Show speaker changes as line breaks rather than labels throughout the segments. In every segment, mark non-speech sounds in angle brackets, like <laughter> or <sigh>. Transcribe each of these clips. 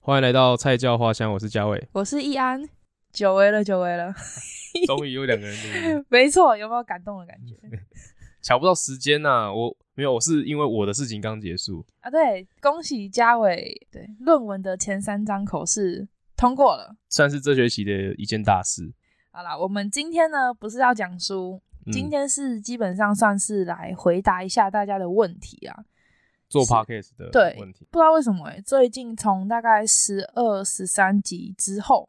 欢迎来到菜教花香，我是嘉
<laughs>。
伟
我是易安，久违了，久违了， <laughs>
终于有两个人录音，
没错，有没有感动的感觉
瞧不到时间呐、我没有，我是因为我的事情刚结束，
啊？对，恭喜嘉伟，对，论文的前三章口试通过了。
算是这学期的一件大事。
好啦，我们今天呢不是要讲书，
嗯
今天是基本上算是来回答一下大家的问题啊。
做 podcast 的
对
问题，
不知道为什么、欸，最近从大概十二、十三集之后，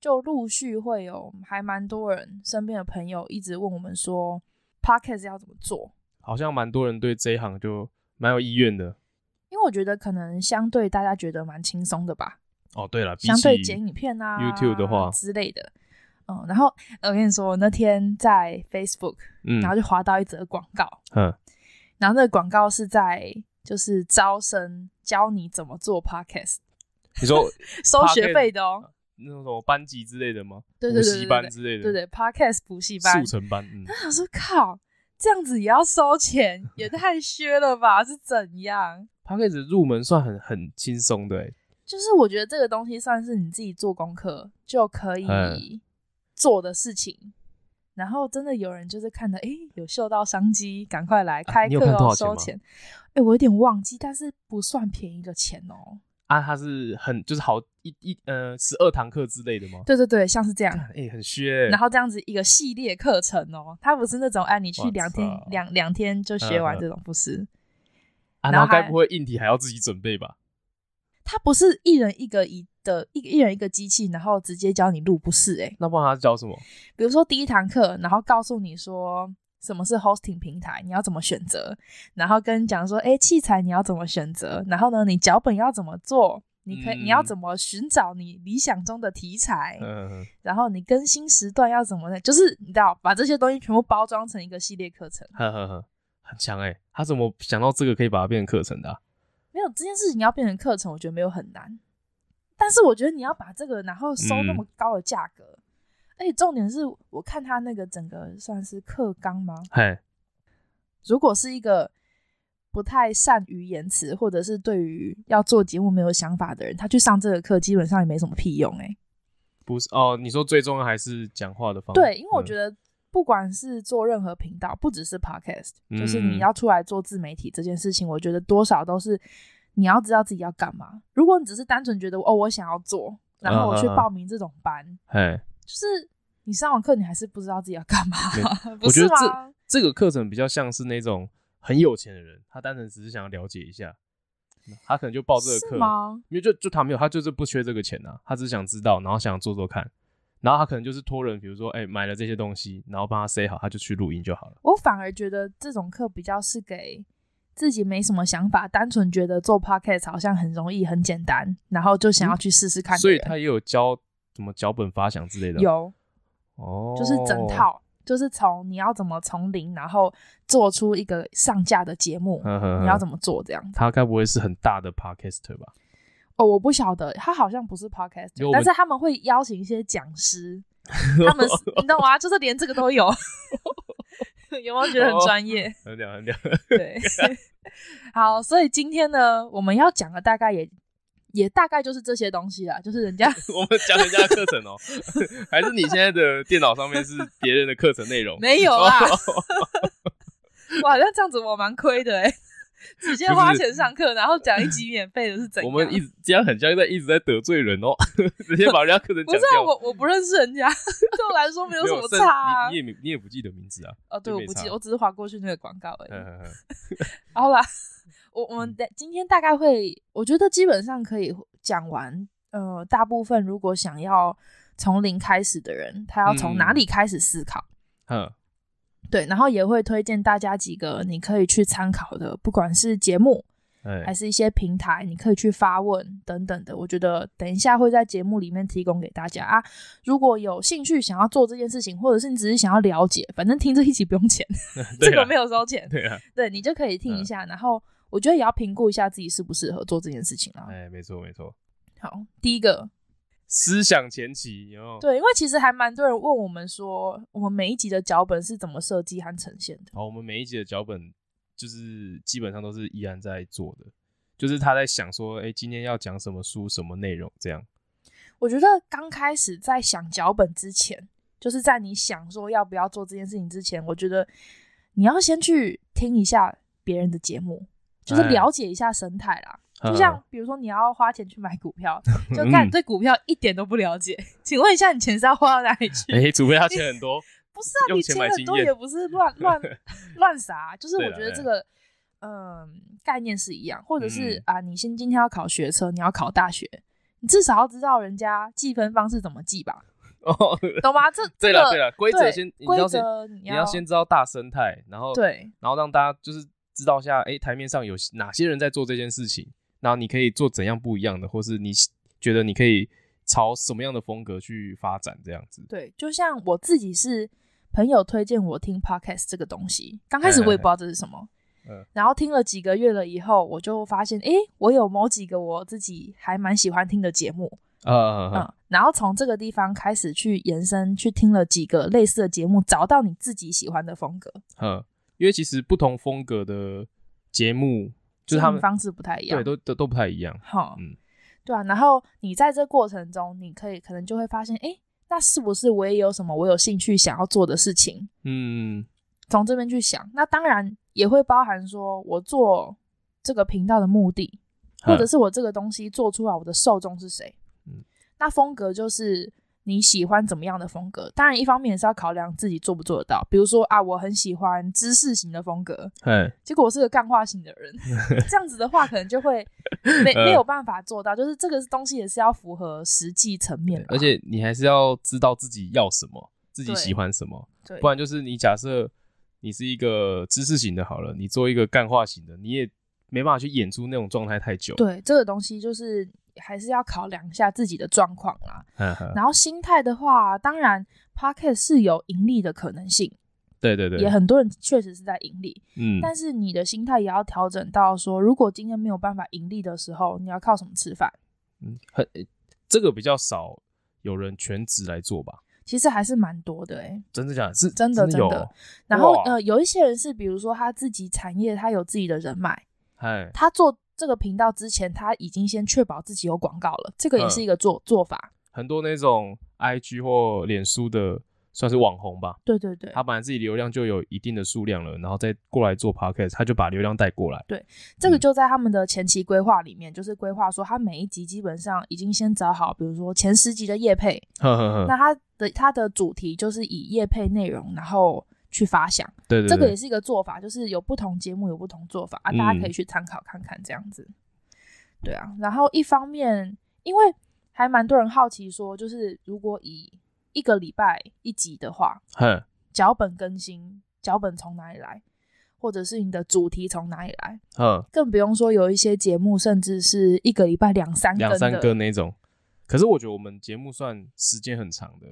就陆续会有还蛮多人身边的朋友一直问我们说 p o d c a s t 要怎么做。
好像蛮多人对这一行就蛮有意愿的。
因为我觉得可能相对大家觉得蛮轻松的吧，
哦，对了，比
相对
起
剪影片啊
YouTube 的话
之类的。嗯，然后呃我跟你说，我那天在 Facebook，
嗯
然后就滑到一则广告，
嗯，
然后那个广告是在就是招生教你怎么做 podcast，
你说
收学费的哦，
那种什么班级之类的吗？
<laughs> 对对
补
对
习
对
班
对
之类的，
对对 podcast 补习班
速。成班，嗯，
他想说靠，这样子也要收钱，也太削了吧？是怎样？
podcast 入门算很很轻松的欸，
就是我觉得这个东西算是你自己做功课就可以
嗯
做的事情。然后真的有人就是看到，诶，有嗅到商机，赶快来
啊
开
你
课
有看
哦，
多少钱
收
吗
钱。诶，我有点忘记，但是不算便宜的钱哦。
啊，它是很就是好一一呃十二堂课之类的吗？
对对对，像是这样。
<laughs> 哎、很削欸、
然后这样子一个系列课程哦，它不是那种哎，你去
哇
两天
操
两两天就学完
嗯嗯
这种，不是。
啊，
然
然
后
后该
还
不会硬体还要自己准备吧？
它不是一人一个一的，一一人一个机器，然后直接教你录，不是诶。
那不然他教什么？
比如说第一堂课，然后告诉你说什么是 hosting 平台，你要怎么选择，然后跟你讲说，哎，器材你要怎么选择，然后呢，你脚本要怎么做，你可以、
嗯
你要怎么寻找你理想中的题材，
嗯，
然后你更新时段要怎么的，就是你知道把这些东西全部包装成一个系列课程。
呵呵呵，很强哎、他怎么想到这个可以把它变成课程的啊、
没有这件事情要变成课程，我觉得没有很难，但是我觉得你要把这个然后收那么高的价格，
嗯
而且重点是我看他那个整个算是课纲吗？
嘿，
如果是一个不太善于言辞，或者是对于要做节目没有想法的人，他去上这个课基本上也没什么屁用哎、欸
不是哦，你说最重要还是讲话的方嗯
对，因为我觉
得、
得不管是做任何频道，不只是 podcast，
嗯
就是你要出来做自媒体这件事情，我觉得多少都是你要知道自己要干嘛。如果你只是单纯觉得哦，我想要做，然后我
嗯
去
嗯嗯
报名这种班，
嗯、嘿，
就是你上完课你还是不知道自己要干嘛， <laughs> 不
我觉
是
得
吗
这？这个课程比较像是那种很有钱的人，他单纯只是想要了解一下，他可能就报这个
是
课，
吗？
因为就就他没有，他就是不缺这个钱啊，他只想知道，然后想做做看，然后他可能就是托人，比如说哎、买了这些东西，然后帮他塞好，他就去录音就好了。
我反而觉得这种课比较是给自己没什么想法，单纯觉得做 podcast 好像很容易、很简单，然后就想要去试试看的
嗯所以
人。
他也有教什么脚本发想之类的。
有
哦，
就是整套，就是从你要怎么从零，然后做出一个上架的节目，
呵呵呵。
你要怎么做这样子。
他该不会是很大的 podcaster 吧？
哦，我不晓得，他好像不是 podcast，
因为我们
但是他们会邀请一些讲师，他们
<laughs>
是你懂吗？就是连这个都有， <laughs> 有没有觉得很
哦
专业？
<laughs> 很屌很屌。 <laughs> 啊
对， <laughs> 好，所以今天呢，我们要讲的大概也也大概就是这些东西啦，就是人家
<laughs> 我们讲人家的课程哦， <laughs> 还是你现在的电脑上面是别人的课程内容？
<laughs> 没有
哦
啦，哇，那这样子我蛮亏的哎、直接花钱上课，然后讲一集免费的是怎
我
样？
们一直这样很像在一直在得罪人
<laughs>
哦，直接把人家课程
不
讲
是、啊、
掉。
我我不认识人家， <laughs> 对我来说没有
没
什
有
么
甚
差啊
你。你也没你也不记得名字啊？
哦，对，
也
我
没
不记
差
得，我只是划过去那个广告而已。
嗯嗯嗯
好啦，
嗯
<laughs> 我我们的今天大概会，我觉得基本上可以讲完。呃，大部分如果想要从零开始的人，他要从哪
嗯
里开始思考？
嗯，
对，然后也会推荐大家几个你可以去参考的，不管是节目还
哎，
是一些平台，你可以去发问等等的。我觉得等一下会在节目里面提供给大家啊。如果有兴趣想要做这件事情，或者是你只是想要了解，反正听这一集不用钱，这
对
个
啊
没有收钱，
对
<laughs>
啊，
对你就可以听一下。然后我觉得也要评估一下自己适不适合做这件事情啦。
哎，没错没错，
好，第一个，
思想前期哦有没有。
对，因为其实还蛮多人问我们说，我们每一集的脚本是怎么设计和呈现的。
好，我们每一集的脚本就是基本上都是依然在做的，就是他在想说，哎、今天要讲什么书，什么内容这样。
我觉得刚开始在想脚本之前，就是在你想说要不要做这件事情之前，我觉得你要先去听一下别人的节目，就是
哎
了解一下生态
<laughs>
啦。就像比如说你要花钱去买股票，就
嗯
看你对股票一点都不了解，请问一下你钱是要花到哪里去？
哎、除非他钱很
<laughs>
多，
不是啊，
用
你
钱
钱
买
很
经
多
验
也不
<laughs>
是乱乱乱撒，啊就是
对
我
啦
觉得
对
这
啦
个嗯概念是一样，或者是
嗯
啊，你先今天要考学车，你要考大学，你至少要知道人家计分方式怎么计吧，
哦，
懂吗？这
<laughs> 对
了
了对了，规则先，你
规
要先，
则你
你要先知道大生态，然后，
对
然后让大家就是知道一下，哎、台面上有哪些人在做这件事情，然后你可以做怎样不一样的，或是你觉得你可以朝什么样的风格去发展这样子。
对，就像我自己是朋友推荐我听 podcast 这个东西，刚开始我也不知道这是什么。
<laughs> 嗯
然后听了几个月了以后，我就发现，诶，我有某几个我自己还蛮喜欢听的节目，
呃，
嗯，然后从这个地方开始去延伸，去听了几个类似的节目，找到你自己喜欢的风格，
嗯，因为其实不同风格的节目，就是他
经营
们
方式不太一样。
对都都都不太一样。
哈，
嗯
对啊。然后你在这过程中，你可以可能就会发现，诶，那是不是我也有什么我有兴趣想要做的事情？
嗯，
从这边去想，那当然也会包含说我做这个频道的目的，或者
嗯
是我这个东西做出来，我的受众是谁？
嗯
那风格就是你喜欢怎么样的风格？当然，一方面也是要考量自己做不做得到。比如说啊，我很喜欢知识型的风格，
嘿，
结果我是个干化型的
<laughs>
人，这样子的话，可能就会没
呃
没有办法做到。就是这个东西也是要符合实际层面啦，
而且你还是要知道自己要什么，自己
对
喜欢什么，
对
不然就是你假设你是一个知识型的，好了，你做一个干化型的，你也没办法去演出那种状态太久。嗯
对这个东西就是还是要考量一下自己的状况啦。
呵呵，
然后心态的话，当然 podcast 是有盈利的可能性，
对对对，
也很多人确实是在盈利，
嗯，
但是你的心态也要调整到说，如果今天没有办法盈利的时候，你要靠什么吃饭？
嗯很这个比较少有人全职来做吧？
其实还是蛮多的诶、
真的假的？是
真的
真有
真的
哦，
然后
哇
呃，有一些人是比如说他自己产业，他有自己的人脉，
哎，
他做这个频道之前，他已经先确保自己有广告了，这个也
嗯
是一个做、做法。
很多那种 IG 或脸书的算是网红吧，
对对对，
他本来自己流量就有一定的数量了，然后再过来做 podcast，他就把流量带过来。
这
嗯
个就在他们的前期规划里面，就是规划说他每一集基本上已经先找好，比如说前十集的业配，
呵呵呵，
那它的它的主题就是以业配内容，然后去发想，
对对对，
这个也是一个做法，就是有不同节目有不同做法啊，
嗯
大家可以去参考看看这样子。对啊，然后一方面，因为还蛮多人好奇说，就是如果以一个礼拜一集的话，
哼，
脚本更新，脚本从哪里来，或者是你的主题从哪里来，
哼，
更不用说有一些节目甚至是一个礼拜两三
两三
的
个那种。可是我觉得我们节目算时间很长的，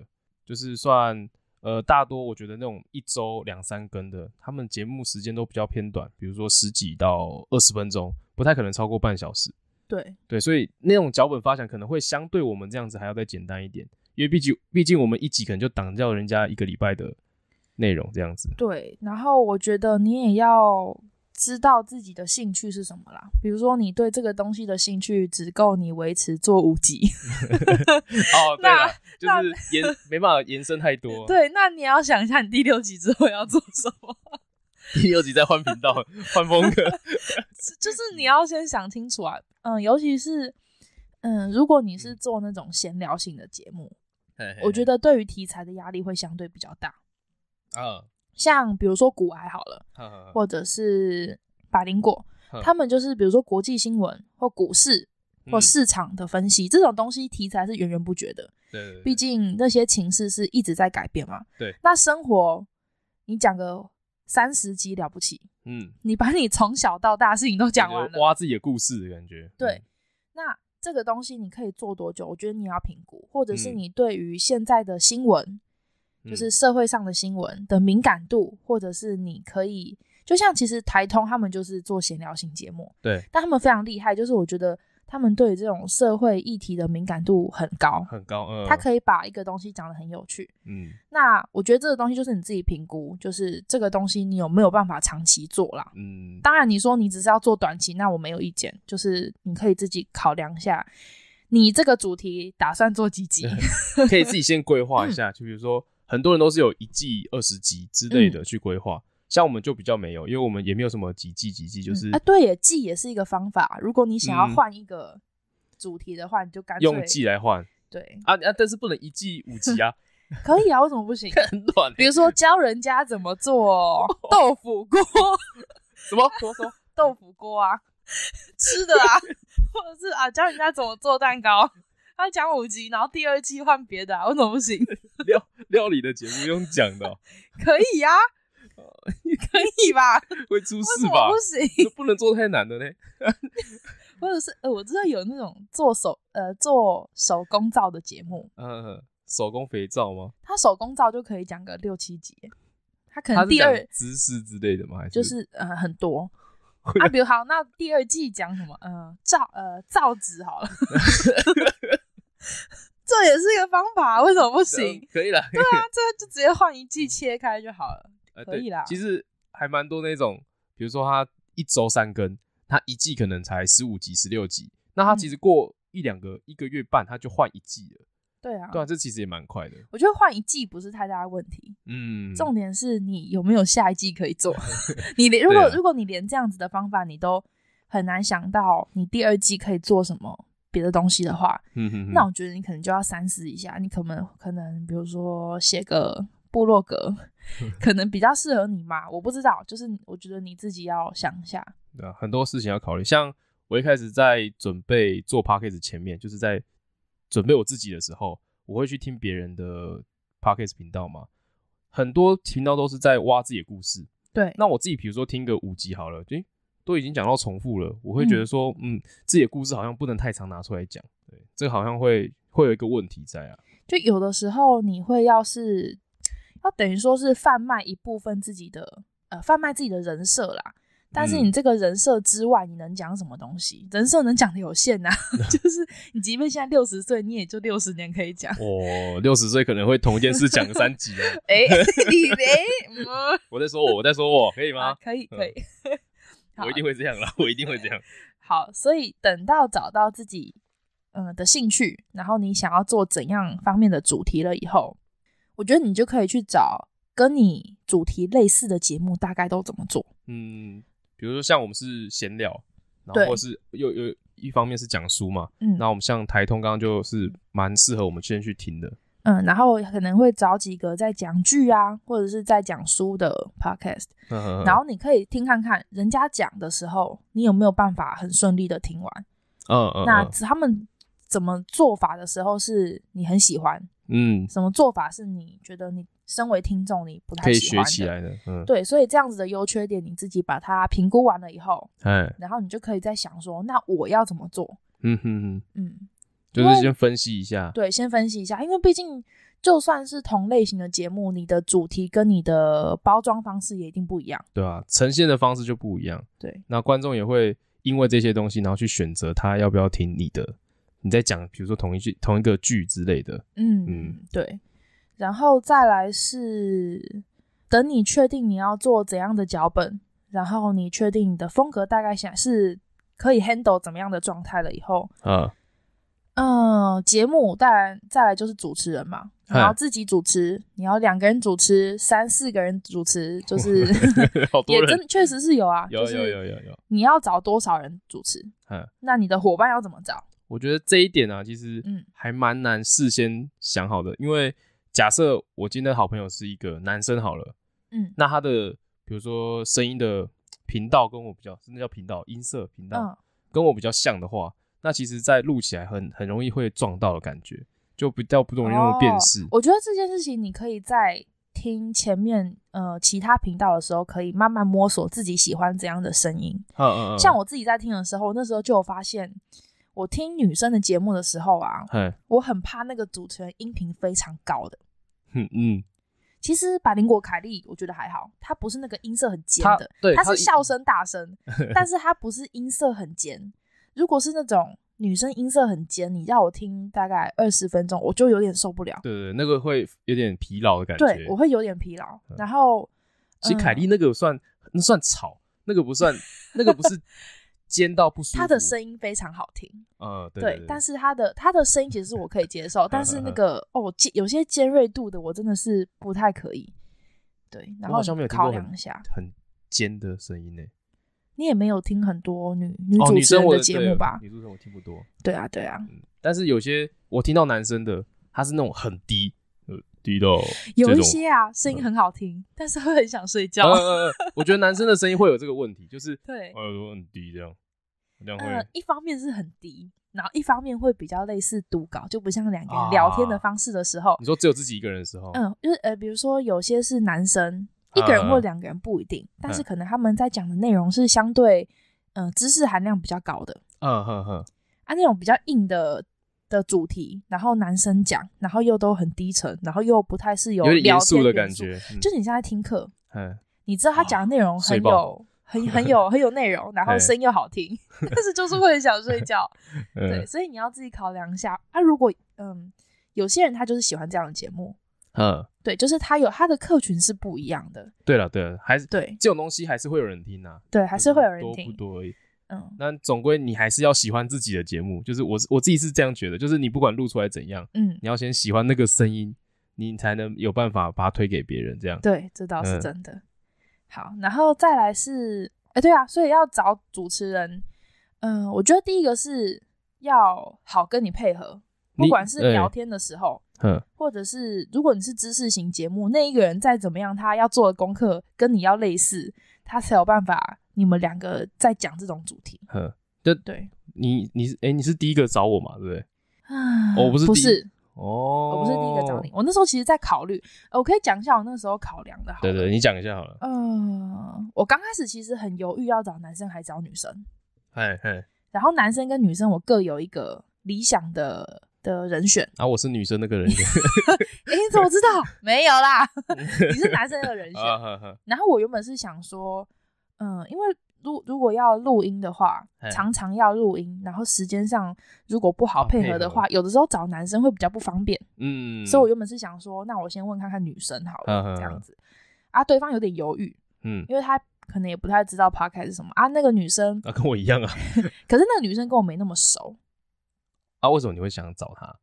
就是算呃大多我觉得那种一周两三更的，他们节目时间都比较偏短，比如说十几到二十分钟，不太可能超过半小时。
对
对，所以那种脚本发想可能会相对我们这样子还要再简单一点，因为毕竟毕竟我们一集可能就挡掉人家一个礼拜的内容这样
<laughs>
子。
对，然后我觉得你也要知道自己的兴趣是什么啦。比如说，你对这个东西的兴趣只够你维持做五集，
哦，对
那
了，就是延没办法延伸太多。
对，那你也要想一下你第六集之后要做什么， <laughs>
第二集再换频道、换风格。
就就是你要先想清楚啊。嗯，尤其是嗯，如果你是做那种闲聊型的节目，我觉
得
得对于题材的压力会相对比较大。
啊，
像比如说骨癌好了，
呵呵呵
或者是百灵果
嗯，
他们就是比如说国际新闻或股市或
嗯
市场的分析、这种东西题材是源源不绝的，
对对对
毕竟那些情势是一直在改变嘛。
对，
那生活你讲个三十集了不起，
嗯
你把你从小到大的事情都讲完
感觉
了，
挖自己的故事的感觉。
对，那这个东西你可以做多久？我觉得你要评估，或者是
嗯
你对于现在的新闻，
嗯
就是社会上的新闻的敏感度，或者是你可以，就像其实台通他们就是做闲聊型节目，
对，
但他们非常厉害，就是我觉得。他们对于这种社会议题的敏感度很高，
很高，嗯，
他可以把一个东西讲得很有趣。
嗯
那我觉得这个东西就是你自己评估，就是这个东西你有没有办法长期做啦。
嗯，
当然，你说你只是要做短期，那我没有意见，就是你可以自己考量一下，你这个主题打算做几集？
可以自己先规划一下，就比如说很多人都是有一季二十集之类的去规划，像我们就比较没有，因为我们也没有什么几季几季， <laughs> 就是
啊，对耶，季也是一个方法。如果你想要
嗯
换一个主题的话，你就干脆
用季来换
对，
啊啊，但是不能一季五集啊，
可以啊，为什么不
<laughs>
行？
很短欸、
比如说教人家怎么
<laughs>
做豆腐锅，
什么什么什么，
豆腐锅啊，吃的
<laughs>
啊，或者是啊教人家怎么做蛋糕。他讲五集，然后第二季换别的、啊，为什么不
<laughs>
行？
料料理的节目用讲的哦、
可以呀、可以
<laughs>
吧？为
会出事
什
哦吧
么不？行？ <laughs>
这不能做太难的嘞。
或者是呃，我知道有那种做手呃做手工皂的节目，
嗯，手工肥皂吗？
他手工皂就可以讲个六七集，他可
它
能
是
第
讲
二
知识之类的吗？还是
就是呃很
<laughs>
多啊，比如好，那第二季讲什么？呃，造呃造纸好了， <laughs> 这也是一个方法，为什么不行？
可以了，对
那这
<laughs>
就直接换一季切开就好了。
呃，
可以
对
啦
其实还蛮多那种，比如说他一周三更，他一季可能才十五集、十六集，那他其
嗯
实过一两个、一个月半，他就换一季了。
对啊，
对啊，这其实也蛮快的。
我觉得换一季不是太大的问题，
嗯，
重点是你有没有下一季可
<laughs>
以做。你连如
对
果
啊
如果你连这样子的方法你都很难想到，你第二季可以做什么别的东西的话，
嗯哼哼
那我觉得你可能就要三思一下，你可能可能比如说写个部落格，
嗯
可能比较适合你嘛，我不知道，就是我觉得你自己要想一下。
对啊，很多事情要考虑。像我一开始在准备做 podcast 前面，就是在准备我自己的时候，我会去听别人的 podcast 频道嘛。很多频道都是在挖自己的故事。
对，
那我自己比如说听个五集好了，就都已经讲到重复了，我会觉得说，嗯自己的故事好像不能太常拿出来讲。对，这好像会会有一个问题在啊。
就有的时候你会要是要等于说是贩卖一部分自己的呃贩卖自己的人设啦。但是
嗯
你这个人设之外，你能讲什么东西？人设能讲的有限呐、 <laughs> 就是你即便现在六十岁，你也就六十年可以讲。
我哦六十岁可能会同一件事讲个三集哦。
哎、 <laughs> 你哎、嗯
我在说我，我在说我，可以
啊
吗？
可以可以， <laughs> 好
嗯我一定会这样啦，我一定会这样。
好，所以等到找到自己嗯的兴趣，然后你想要做怎样方面的主题了以后，我觉得你就可以去找跟你主题类似的节目，大概都怎么做。
嗯，比如说像我们是闲聊，然后
对
或是又又一方面是讲书嘛，
嗯
那我们像台通刚刚就是蛮适合我们先去听的，
嗯，然后可能会找几个在讲剧啊，或者是在讲书的 podcast，、然
然
后你可以听看看人家讲的时候，你有没有办法很顺利的听完。
嗯嗯
那他们怎么做法的时候，是你很喜欢；
嗯嗯
什么做法是你觉得你身为听众你不
可
太
以
喜
学
欢
起
的。
来的，嗯，
对，所以这样子的优缺点你自己把它评估完了以后，
哎，
然后你就可以再想说，那我要怎么做？
嗯哼哼，
嗯，
就
因
是
为
先分析一下，
对，先分析一下，因为毕竟就算是同类型的节目，你的主题跟你的包装方式也一定不一样。
对啊，呈现的方式就不一样，
对，
那观众也会因为这些东西，然后去选择他要不要听你的，你在讲，比如说同一句同一个剧之类的，
嗯，
嗯
对。然后再来是等你确定你要做怎样的脚本，然后你确定你的风格大概想是可以 handle 怎么样的状态了以后，
啊，
嗯，节目当然再来就是主持人嘛，
嗨
然后自己主持，你要两个人主持，三四个人主持，
<laughs>
就是
<laughs> 好多
也
人
真，确实是有啊，
有
就
有有
是
有有，
你要找多少人主持，
嗯。
那你的伙伴要怎么找？
我觉得这一点啊，其实
嗯
还蛮难事先想好的，因为假设我今天的好朋友是一个男生好了，
嗯
那他的比如说声音的频道跟我比较，那叫频道音色频道、
嗯，
跟我比较像的话，那其实在录起来很很容易会撞到的感觉，就比较不容易那么辨识。
哦我觉得这件事情你可以在听前面呃其他频道的时候，可以慢慢摸索自己喜欢怎样的声音。
嗯嗯嗯，
哦像我自己在听的时候，那时候就有发现，我听女生的节目的时候啊，
嘿，
我很怕那个主持人音频非常高的。
嗯嗯，
其实百灵果凯莉我觉得还好，她不是那个音色很尖
他
的，
对
她
他 <laughs>
是笑声大声，但是她不是音色很尖。如果是那种女生音色很尖，你让我听大概二十分钟，我就有点受不了。
对对，那个会有点疲劳的感觉。嗯
对，我会有嗯点疲劳。然后，
其实凯莉那个算那算吵，那个不
<laughs>
算，那个不是尖到不舒服。
她的声音非常好听，
呃，对
对，但是她的她的声音其实是我可以接受，但是
<laughs>
那
嗯嗯
个哦，尖有些尖锐度的我真的是不太可以。对，然
我
后
好像没有听
考
过
量
很
一下，
很尖的声音呢。
你也没有听很多女女
哦，
主
女
持
生
人
我
的节目吧？
女主持人我听不多，
对啊，对啊，
但是有些我听到男生的，他是那种很低，呃，低到
有
这
一
种嗯
些啊声音很好听，但是会很想睡觉。
呃呃呃，我觉得男生的声音会有这个问题，就是
对，
耳朵哎很低这样，这样会
嗯，一方面是很低，然后一方面会比较类似读稿，就不像两个人聊天的
啊
方式的时候，
你说只有自己一个人的时候，
嗯，就是呃，比如说有些是男生一个人
嗯嗯
或
嗯
两个人不一定，但是可能他们在讲的内容是相对嗯、呃知识含量比较高的
嗯哼哼，
啊，那种比较硬的。的主题，然后男生讲，然后又都很低沉，然后又不太是有
有点
聊
严肃
天
的
元
感
素， <laughs>
觉，嗯
就是你现在听课，
<laughs> 嗯，
你知道他讲的内容很
睡
有、
爆
<laughs> 很很有很有内容，
<laughs>
然后
嘿
声音又好听， <laughs> 但是就是会很想睡
<laughs>
觉。对，
嗯
所以你要自己考量一下。啊，如果嗯，有些人他就是喜欢这样的节目，
嗯，
对，就是他有他的客群是不一样的，
对了对了，还是
对
这种东西还是会有人听呐，
对，还是会有人
多不
听，
多而已。
嗯
但总归你还是要喜欢自己的节目，就是我我自己是这样觉得，就是你不管录出来怎样，
嗯，
你要先喜欢那个声音，你才能有办法把它推给别人，这样。
对，这倒是
嗯
真的。好，然后再来是，哎，对啊，所以要找主持人，嗯，我觉得第一个是要好跟你配合，不
你
管是聊
哎
天的时候。
嗯，
或者是如果你是知识型节目，那一个人再怎么样，他要做的功课跟你要类似，他才有办法你们两个在讲这种主题。
嗯，
对，
你你是哎、你是第一个找我嘛，对不对？
啊
哦我不是
不
第一
是，
哦，
我不是第一个找你。。我那时候其实在考虑，呃我可以讲一下我那时候考量的好
对
了。
对，你讲一下好了。
嗯、我刚开始其实很犹豫要找男生还是找女生，
嘿嘿，然、
然后男生跟女生我各有一个理想的的人选。
后啊我是女生那
<laughs>
个人选。
哎，你怎么知
<laughs>
道？没有啦，你是男生的人选。
啊哈哈，
然后我原本是想说，嗯，因为如如果要录音的话
嘿，
常常要录音，然后时间上如果不好
啊配
配合的
合
话，有的时候找男生会比较不方便，
嗯，
所以我原本是想说，那我先问看看女生好了，
嗯嗯嗯
这样子。啊，对方有点犹豫，
嗯，
因为他可能也不太知道 podcast 是什么啊。那个女生，
那、跟我一
<laughs>
样啊。
可是那个女生跟我没那么熟，
啊，为什么你会想找他？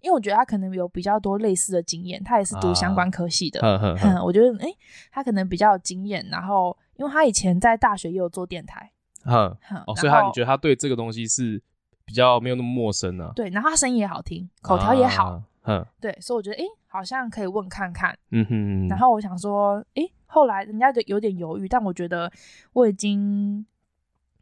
因为我觉得她可能有比较多类似的经验，她也是读相
啊
关科系的。
哼哼
嗯
哼，
<laughs> 我觉得，诶，她可能比较有经验，然后因为她以前在大学也有做电台，
哼。
哼
哦，
然
所以他
后
你觉得他对这个东西是比较没有那么陌生啊？
对，然后他声音也好听，口条也好，
啊。嗯
对，所以我觉得诶，好像可以问看看。
嗯哼，
然后我想说，诶，后来人家就有点犹豫，但我觉得我已经应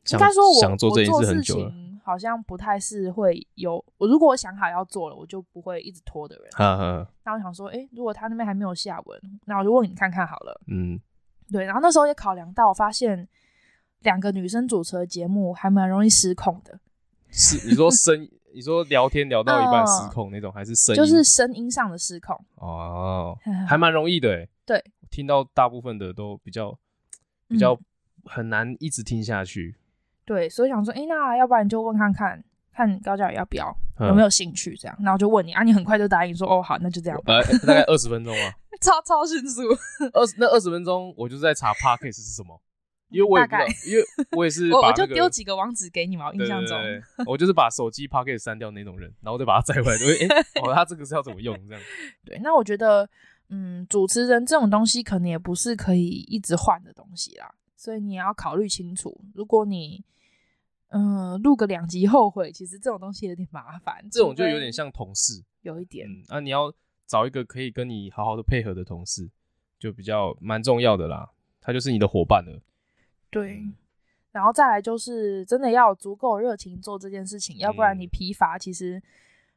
想
该说我
想做这件
我
事
事
很久了。
情好像不太是会有我，如果我想好要做了，我就不会一直拖的人。
哈哈，
那我想说，诶，如果他那边还没有下文，那我就问你看看好了。
嗯，
对，然后那时候也考量到，我发现两个女生主持的节目还蛮容易失控的。
是你说声， <laughs> 你说聊天聊到一半失
嗯
控那种，还是声音？
就是声音上的失控， <laughs>
哦，还蛮容易的欸。
对，
听到大部分的都比较比较
嗯
很难一直听下去，
对，所以想说，哎、那要不然你就问看看，看你高教也要不要，有没
有？
有兴趣这样。然后就问你啊，你很快就答应说，哦，好，那就这样吧， <laughs>
呃，大概二十分钟啊，
超超迅速。
二十那二十分钟我就是在查 podcast 是什么，因为我也不知
大
道
概，
因为我也是
我
把
我就
那个
丢几个网址给你嘛，我印
对
象中。
对对对我就是把手机 podcast 删掉那种人，然后再把它载回来，就会哎，哦，他这个是要怎么用这
<laughs>
样？
对那我觉得，嗯，主持人这种东西可能也不是可以一直换的东西啦，所以你也要考虑清楚。如果你嗯录个两集后悔，其实这种东西有点麻烦。
这种
除
就有
非
点像同事，
有一点，
嗯，啊，你要找一个可以跟你好好的配合的同事，就比较蛮重要的啦。他就是你的伙伴了，嗯
对，然后再来就是真的要有足够的热情做这件事情，要不然
嗯
你疲乏，其实，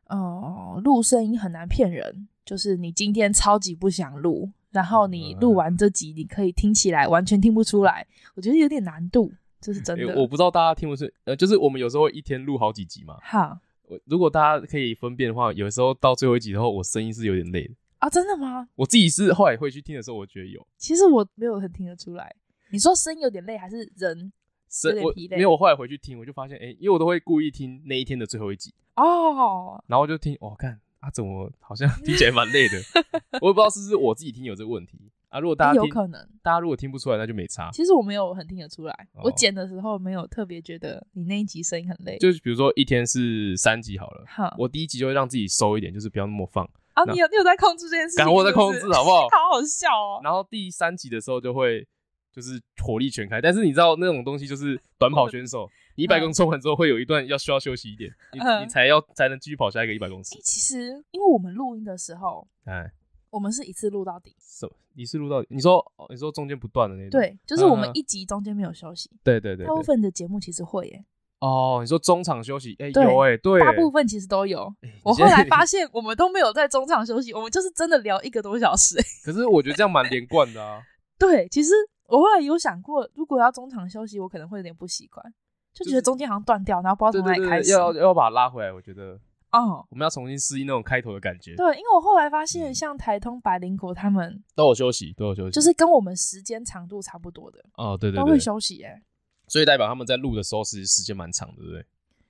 呃，录声音很难骗人。就是你今天超级不想录，然后
嗯
你录完这集，你可以听起来完全听不出来，我觉得有点难度，这是真
诶
的。
我不知道大家听不听，呃，就是我们有时候会一天录好几集嘛。
哈
我如果大家可以分辨的话，有时候到最后一集的后，我声音是有点累的。
啊，真的吗？
我自己是后来回去听的时候，我觉得有
其实我没有很听得出来。你说声音有点累，还是人
是
有点
我
疲累
没有，我后来回去听，我就发现，哎、因为我都会故意听那一天的最后一集，
哦，
然后就听，哦，看啊，怎么好
<laughs>
像听起来蛮累的， <laughs> 我也不知道是不是我自己听有这个问题啊。如果大家
哎有
听，
可能。
大家如果听不出来，那就没差。
其实我没有很听得出来，
哦
我剪的时候没有特别觉得你那一集声音很累。
就是比如说一天是三集好了，
好，
我第一集就会让自己收一点，就是不要那么放，
啊，
那
你有你有在控制这件事情是
赶
不
我
是？ <laughs>
在控制好不好？
好好笑哦。
然后第三集的时候就会就是火力全开，但是你知道那种东西就是短跑选手，你一百公尺冲完之后会有一段要需要休息一点，你
嗯
你才要才能继续跑下一个一百公尺
哎、。其实因为我们录音的时候，
哎，
我们是一次录到底，
什么你是录到你说哦你说中间不断的那种？
对，就是我们
嗯
一集中间没有休息。
对对对
大部
对
分的节目其实会耶，
哦，你说中场休息，哎
对
有哎对耶，
大部分其实都有。
哎你
我后
现在
来发现，我们都没有在中场休息，我们就是真的聊一个多小时。
<laughs>
<laughs>
可是我觉得这样蛮连贯的啊，
对，其实我后来有想过，如果要中场休息，我可能会有点不习惯，就
就
觉得
是
中间好像断掉，然后不知
对
道 <laughs> 从哪
对
里
对，
开
对
始。
要要把它拉回来，我觉得
哦，
我们要重新适应那种开头的感觉，
对，因为我后来发现，
嗯
像台通、百灵果他们，
都有休息，都有休息，
就是跟我们时间长度差不多的，
哦对对
都会
对，
休息哎。
所以代表他们在录的时候其实时间蛮长的，对不对？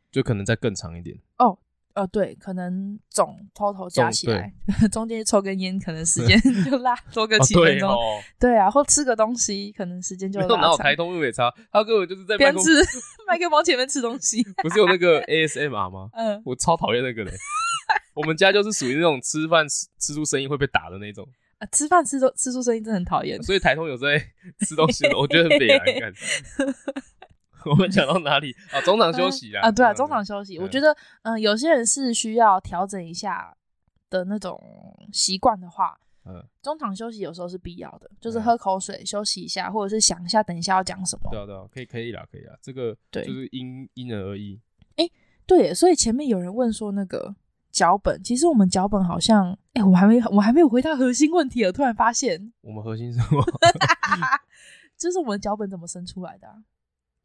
就可能再更长一点。
呃，对，可能总 total 加
总
起来， <laughs> 中间抽根烟，可能时间 <laughs> 就拉多个
啊
几分
对
钟。
哦，
对啊，或吃个东西，可能时
<laughs>
间就
没有哪
拉
有
长
台。通路也差，他根本就是在办
边
公
吃麦克风前面吃东西，
不是有那个 ASMR 吗？
<laughs> 嗯，
我超讨厌那个的。我们家就是属于那种吃饭吃吃出声音会被打的那种，
啊吃饭吃出吃出声音真的很讨厌。
所以台通有时候在 <laughs> 吃东西的时候，我觉得很北蓝
<laughs>
感。我们讲到哪里啊？中场休息啊！
啊，对啊，中场休息，
嗯
我觉得，嗯、有些人是需要调整一下的那种习惯的话，
嗯
中场休息有时候是必要的，就是
嗯
喝口水休息一下，或者是想一下等一下要讲什么。
对啊对啊，可以可以啦，可以啦，这个
对
就是因因人而异。
对耶，所以前面有人问说那个脚本，其实我们脚本好像，哎、我还没我还没有回答核心问题，我突然发现，
我们核心是什么？ <laughs>
就是我们脚本怎么生出来的、啊？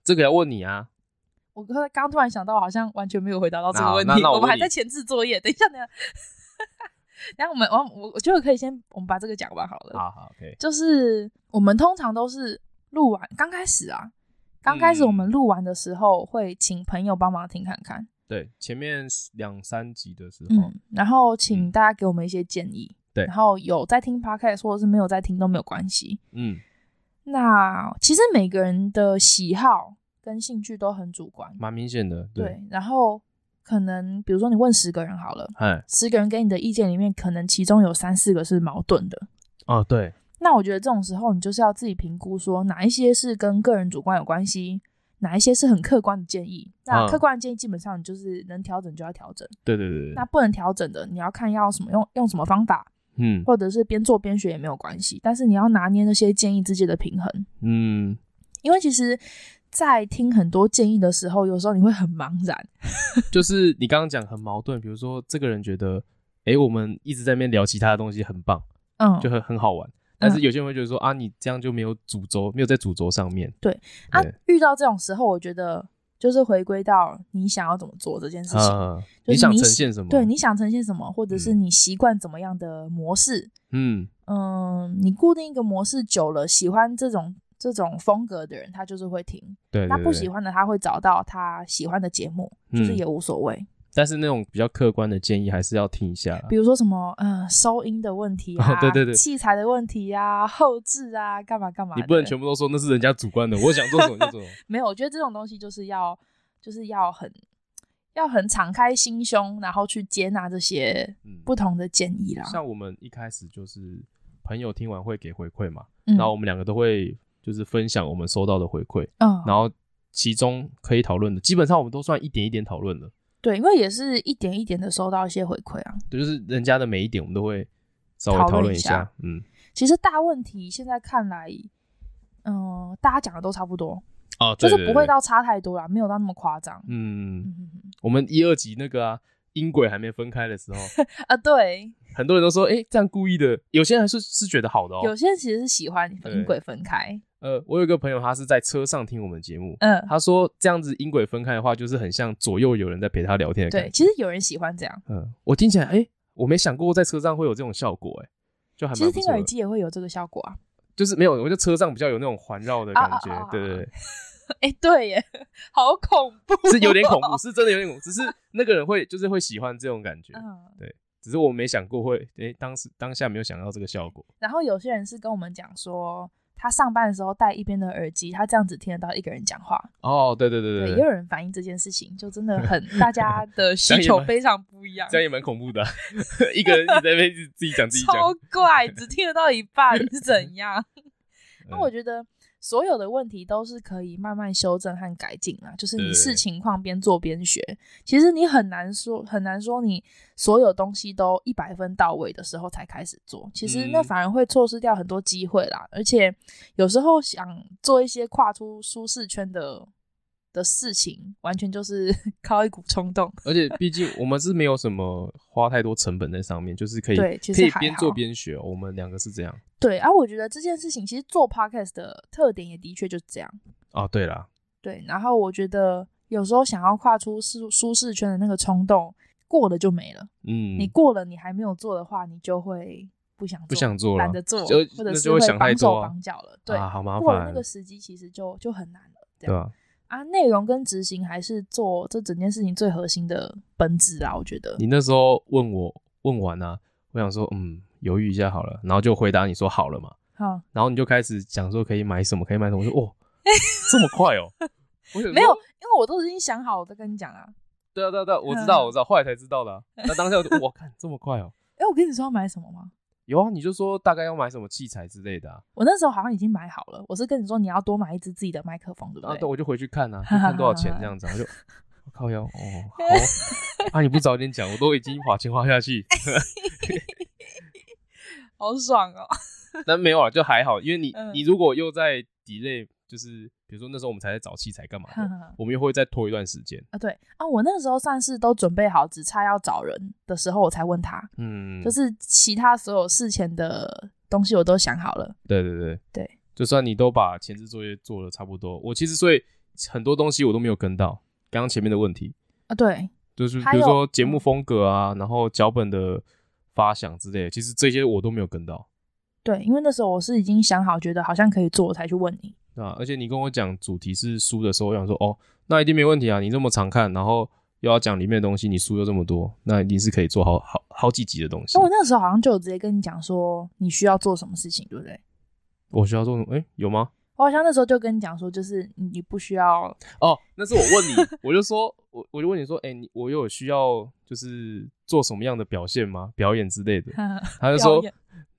这个要问你啊，
我刚刚突然想到，好像完全没有回答到这个
那
问
那
题，
那我
们
问
还
你
在前置作业。等一下，等一下，然后我们我我我觉得可以先我们把这个讲完好了。
好好可以。
就是我们通常都是录完刚开始啊，刚开始我们
嗯
录完的时候会请朋友帮忙听看看，
对，前面两三集的时候，
嗯，然后请
嗯
大家给我们一些建议，
对
然后有在听 podcast 或者是没有在听都没有关系。
嗯，
那其实每个人的喜好跟兴趣都很主观，
蛮明显的。对，
对，然后可能比如说你问十个人好了，
哎，
十个人给你的意见里面，可能其中有三四个是矛盾的，
哦，对，
那我觉得这种时候，你就是要自己评估说哪一些是跟个人主观有关系，哪一些是很客观的建议。那
嗯
客观的建议基本上你就是能调整就要调整，
对对对
那
对，
不能调整的，你要看要什么用用什么方法，
嗯
或者是边做边学也没有关系。但是你要拿捏那些建议之间的平衡，
嗯，
因为其实，在听很多建议的时候，有时候你会很茫然。
就是你刚刚讲很矛盾，比如说这个人觉得，哎，我们一直在那边聊其他的东西很棒，
嗯，
就很很好玩，但是有些人会觉得说啊，你这样就没有主轴，没有在主轴上面。
对啊
对，嗯
遇到这种时候，我觉得就是回归到你想要怎么做这件事情。
啊，
就是
你想
你
呈
喜
现什么？
对，你想呈现什么，或者是
嗯
你习惯怎么样的模式？
嗯，
嗯，你固定一个模式久了，喜欢这种这种风格的人，他就是会听；
对，
他
对
不
对
喜欢的，他会找到他喜欢的节目，就是
嗯
也无所谓。
但是那种比较客观的建议还是要听一下啦。
比如说什么，嗯，收音的问题啊，
哦对对对
器材的问题啊，后置啊，干嘛干嘛的，
你不能全部都说那是人家主观的，我想做什么就做什么。
没有，我觉得这种东西就是要就是要很要很敞开心胸，然后去接纳这些
嗯，
<laughs> 不啊同的建议啦。
像我们一开始就是朋友听完会给回馈嘛，
嗯
然后我们两个都会就是分享我们收到的回馈，
嗯，
然后其中可以讨论的，基本上我们都算一点一点讨论的，
对，因为也是一点一点的收到一些回馈啊。
对，就是人家的每一点我们都会稍微
讨论
讨论
一
一
下
下，嗯，
其实大问题现在看来，嗯、大家讲的都差不多，
哦，
就
对
是不会，
对对
到差太多啦，没有到那么夸张。嗯
嗯，
嗯嗯
我们一二集那个啊，音轨还没分开的时候，
啊，对，
很多人都说，哎，这样故意的，有些人还是是觉得好的哦，
有些人其实是喜欢
对
音轨分开，
呃，我有一个朋友他是在车上听我们节目。
嗯，
他说：“这样子音轨分开的话，就是很像左右有人在陪他聊天的感觉
对，。其实有人喜欢这样，
嗯，我听起来，哎、我没想过在车上会有这种效果、哎，就还
其实
蛮不
听
错
耳
的。
机也会有这个效果啊。 <laughs>
就是没有，我觉得车上比较有那种环绕的感觉，
啊啊啊啊啊
对对对。
哎、对耶，好恐怖，
是有点恐怖，是真的有点恐怖，只是那个人会就是会喜欢这种感觉，
<laughs> 嗯，
只是我没想过会，诶、当时当下没有想到这个效果，
然后有些人是跟我们讲说，他上班的时候戴一边的耳机，他这样子听得到一个人讲话。
哦，对对对
对，
对
也
对
有人反映这件事情，就真的很大家的需
<laughs> 这样也
求
蛮
非常不一样
这，样也蛮恐怖的啊、 <laughs> 一个人一直在那边自自己讲自己讲，
超怪，只听得到一半是
<laughs>
怎样？
嗯
那我觉得所有的问题都是可以慢慢修正和改进啊，就是
对
你
对
视
对
情况边做边学。其实你很难说很难说你所有东西都一百分到位的时候才开始做，其实那
嗯
反而会错失掉很多机会啦。而且有时候想做一些跨出舒适圈的。的事情完全就是 <laughs> 靠一股冲
<laughs>
动，
而且毕竟我们是没有什么花太多成本在上面，就是可以
对其实
可以
还
边做
好
边学哦、我们两个是这样
对啊，我觉得这件事情其实做 podcast 的特点也的确就是这样，
哦。对啦，
对，然后我觉得有时候想要跨出舒舒适圈的那个冲动过了就没了。
嗯，
你过了，你还没有做的话，你就会不想做
不想做了
懒得做，
就
或者
那
是
就会想太
绑
多
手
啊
绑脚了。对，
啊好麻
过了那
烦
个时机，其实就就很难了。这
对
样
吧、
啊，内容跟执行还是做这整件事情最核心的本质啊，我觉得。
你那时候问我问完啊，我想说嗯，犹豫一下好了，然后就回答你说好了嘛，
哈，
然后你就开始讲说可以买什么，可以买什么，我说哦，这么快
<laughs>
哦，我想说
没有，因为我都已经想好，我再跟你讲啊。
对啊对啊对啊，我知道
嗯
我知道，后来才知道的啊、那当下我就我看这么快哦，
哎，我跟你说要买什么吗？
有啊，你就说大概要买什么器材之类的啊，
我那时候好像已经买好了，我是跟你说你要多买一支自己的麦克风，对不
然后
对？
等我就回去看
<laughs>
啊，就看多少钱这样子啊，我就我靠腰哦，
<laughs>
好啊，你不早点讲，我都已经把钱花下去，
好爽哦！
但没有啊，就还好，因为你
嗯
你如果又在 delay，就是比如说那时候我们才在找器材干嘛的，我们又会再拖一段时间，
啊，对啊，我那个时候算是都准备好，只差要找人的时候，我才问他，
嗯，
就是其他所有事前的东西我都想好了。
对对对
对，
就算你都把前置作业做的差不多，我其实所以很多东西我都没有跟到，刚刚前面的问题。
啊，对，
就是
还
比如
有
说节目
嗯
风格啊，然后脚本的发想之类的，其实这些我都没有跟到
对，因为那时候我是已经想好，觉得好像可以做，我才去问你。
啊。而且你跟我讲主题是书的时候，我想说哦，那一定没问题啊，你这么常看，然后又要讲里面的东西，你书又这么多，那一定是可以做好好好几集的东西
那。我那个时候好像就有直接跟你讲说你需要做什么事情，对不对？
我需要做什么？哎、有吗？
我好像那时候就跟你讲说，就是你你不需
<laughs>
要，
哦，那是我问你，我就说，我我就问你说，哎、你我有需要就是做什么样的表现吗？表演之类的？他就说
表演，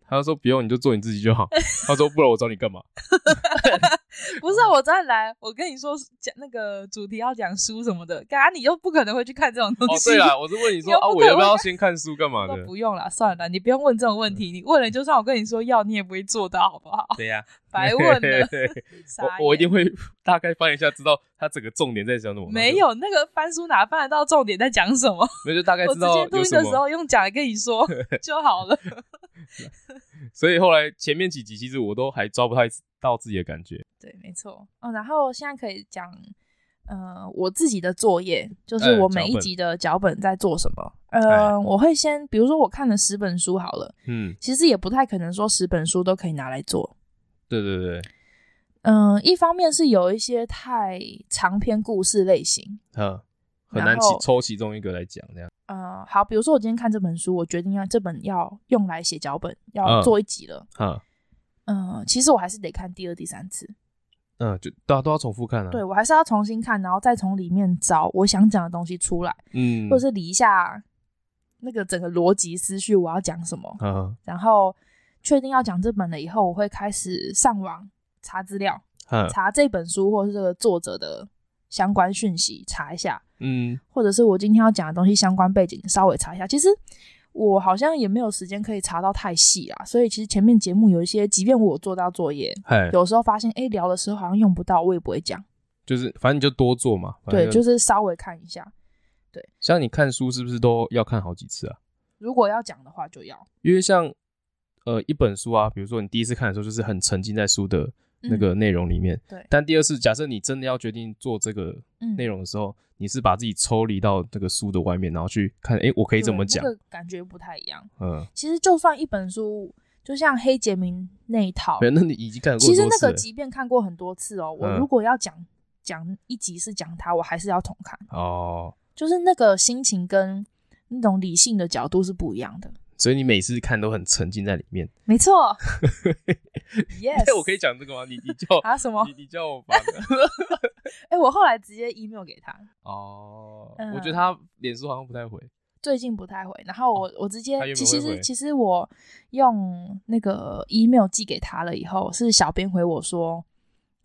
他就说不用，你就做你自己就
<laughs>
好。他说不然我找你干嘛？
不是啊我再来，我跟你说讲那个主题要讲书什么的，刚刚你又不可能会去看这种东
哦，
西。
对啦，我是问你说
又
啊，
不
我
可
要不
能
要先看书干嘛
都
的？嗯
不用啦，算了，你不用问这种问题。你问了，就算我跟你说要，你也不会做到，好不
<laughs>
好？
对呀、，
白问了
我
傻眼
我一定会 <laughs> 大概翻一下，知道他整个重点在讲什么。
没，有那个翻书哪翻得到重点在讲什么？
没有就大概
我
知
直
道
接
有
录音
什
的时
么。
候用讲的跟你
<laughs>
说就好了。
所以后来前面几集其实我都还抓不太到自己的感觉。
对，没错。哦，然后现在可以讲，呃，我自己的作业就是
呃
我每
脚
一
本
集的脚本在做什么。
哎
呃，我会先，比如说我看了十本书好了，
嗯，
其实也不太可能说十本书都可以拿来做。
对对对，
嗯，一方面是有一些太长篇故事类型，
嗯，很
然
难
后
其抽其中一个来讲这样。
呃，好，比如说我今天看这本书，我决定要这本要用来写脚本，要
嗯
做一集了。
哈，
嗯、其实我还是得看第二、第三次，
嗯，就大家都要重复看啊。
对，我还是要重新看，然后再从里面找我想讲的东西出来，
嗯，
或者是理一下那个整个逻辑思绪，我要讲什么，
哈
然后确定要讲这本了以后，我会开始上网查资料，
哈，
查这本书或是这个作者的相关讯息，查一下。
嗯，
或者是我今天要讲的东西相关背景稍微查一下。其实我好像也没有时间可以查到太细啊，所以其实前面节目有一些，即便我有做到作业，
嗨，
有时候发现哎、诶聊的时候好像用不到，我也不会讲。
就是反正你就多做嘛。反
对，
正
就是稍微看一下。
像你看书是不是都要看好几次啊？
如果要讲的话，就要
因为像呃一本书啊，比如说你第一次看的时候，就是很沉浸在书的那个内容里面。
嗯对
但第二次，假设你真的要决定做这个
嗯
内
容
容的时候，你是把自己抽离到这个书的外面，然后去看，诶，我可
可
以怎么讲？
那个感觉不太一样。
嗯，
其实就算一本书，就像黑杰明那一套
没，有，那你已经看过
其
很
实
多
那
次
个
了。
即便看过很多次哦，我
嗯
如果要讲讲一集是讲他，我还是要重看，
哦，
就是那个心情跟那种理性的角度是不一样的。
所以你每次看都很沉浸在里面。
<laughs> 没错 <laughs> ，yes，
<laughs> 我可以讲这个吗？你你叫
啊什么？
你你叫我把那个
哎、我后来直接 email 给他，
哦，
嗯
我觉得他脸书好像不太回。
最近不太回，然后我我直接
哦他原本
其其
会
实
回
其实我用那个 email 寄给他了以后，是小编回我说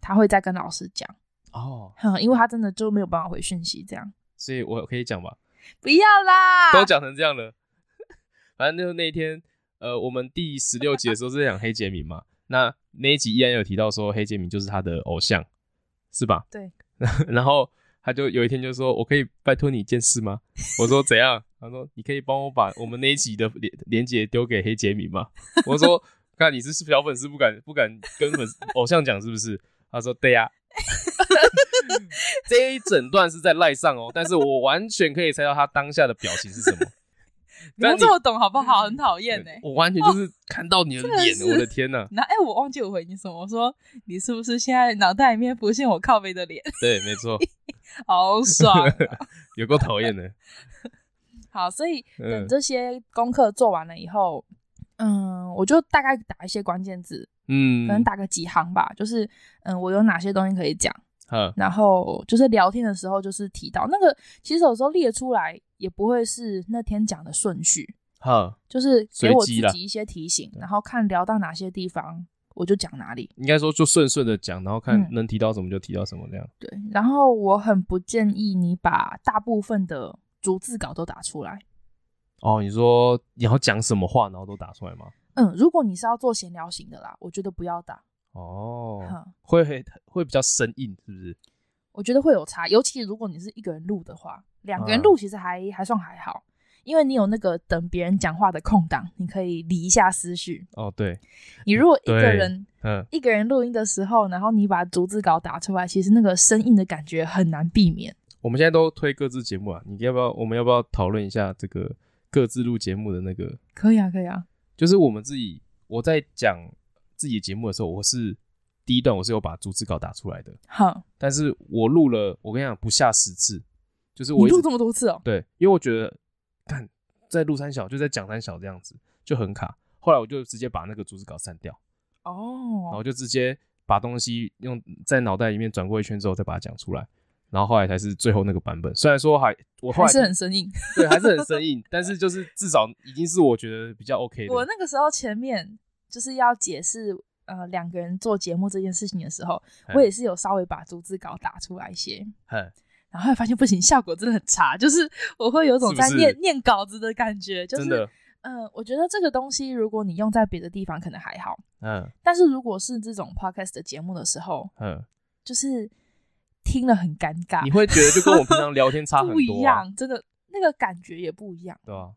他会再跟老师讲，
哦，
哼，因为他真的就没有办法回讯息，这样
所以我可以讲吧，
不要啦，
都讲成这样了。 <laughs> 反正就是那一天，呃，我们第十六集的时候是在讲黑杰明嘛，那那一集依然有提到说黑杰明就是他的偶像，是吧？
对。
<laughs> 然后他就有一天就说：“我可以拜托你一件事吗？”我说：“怎样？”他说：“你可以帮我把我们那一集的连连接丢给黑杰明吗？” <laughs> 我说：“看你是小粉丝，不敢不敢跟粉丝偶像讲是不是？”他说：“对呀、 <laughs> 这一整段是在赖上哦，但是我完全可以猜到他当下的表情
<laughs>
是什么。
不用
但你
这么懂好不好？很讨厌呢。
我完全就是看到你的
真
脸
的，是
我的天呐！
然后哎、我忘记我回你什么，我说你是不是现在脑袋里面浮现我靠背的脸，
对，没错，<laughs>
好爽啊、
有够讨厌的。
好，所以等
嗯
这些功课做完了以后，嗯，我就大概打一些关键字，可能
嗯，
打个几行吧，就是嗯，我有哪些东西可以讲，
哈，
然后就是聊天的时候就是提到那个，其实有时候列出来也不会是那天讲的顺序，
哈，
就是给
随
我自
机啦嗯
己一些提醒，然后看聊到哪些地方我就讲哪里。
应该说就顺顺的讲，然后看
嗯
能提到什么就提到什么这样。
对，然后我很不建议你把大部分的逐字稿都打出来。
哦，你说你要讲什么话，然后都打出来吗？
嗯，如果你是要做闲聊型的啦，我觉得不要打。
哦，
哼，
会会会比较生硬，是不是？
我觉得会有差，尤其如果你是一个人录的话，两个人
嗯
录其实还、还算还好，因为你有那个等别人讲话的空档，你可以理一下思绪。
哦，对，
你如果一个
对
人
嗯，
一个人录音的时候，然后你把逐字稿打出来，其实那个生硬的感觉很难避免。
我们现在都推各自节目啊，你要不要？我们要不要讨论一下这个各自录节目的那个？
可以啊，可以啊，
就是我们自己，我在讲自己的节目的时候，我是第一段我是有把逐字稿打出来的，
好，
但是我录了，我跟你讲不下十次，就是
你
我一直
录这么多次哦，
对，因为我觉得看在录三小就在讲三小这样子就很卡，后来我就直接把那个逐字稿删掉，然
哦，
后就直接把东西用在脑袋里面转过一圈之后再把它讲出来，然后后来才是最后那个版本。虽然说还我后
还
来
是很生硬。
对还是很生硬，但是就是至少已经是我觉得比较 OK 的。
我那个时候前面就是要解释呃两个人做节目这件事情的时候，
嗯
我也是有稍微把逐字稿打出来一些，
哼
然后后来发现不行，效果真的很差，就是我会有种
是不
在
是
念念稿子的感觉，就
真
是
的，
嗯、呃我觉得这个东西如果你用在别的地方可能还好，
嗯
但是如果是这种 podcast 的节目的时候，
嗯，
就是听了很尴尬
你，会觉得就跟我平常聊天差很
啊 <laughs> 不一
多、啊，
样，真的那个感觉也不一样。
对啊？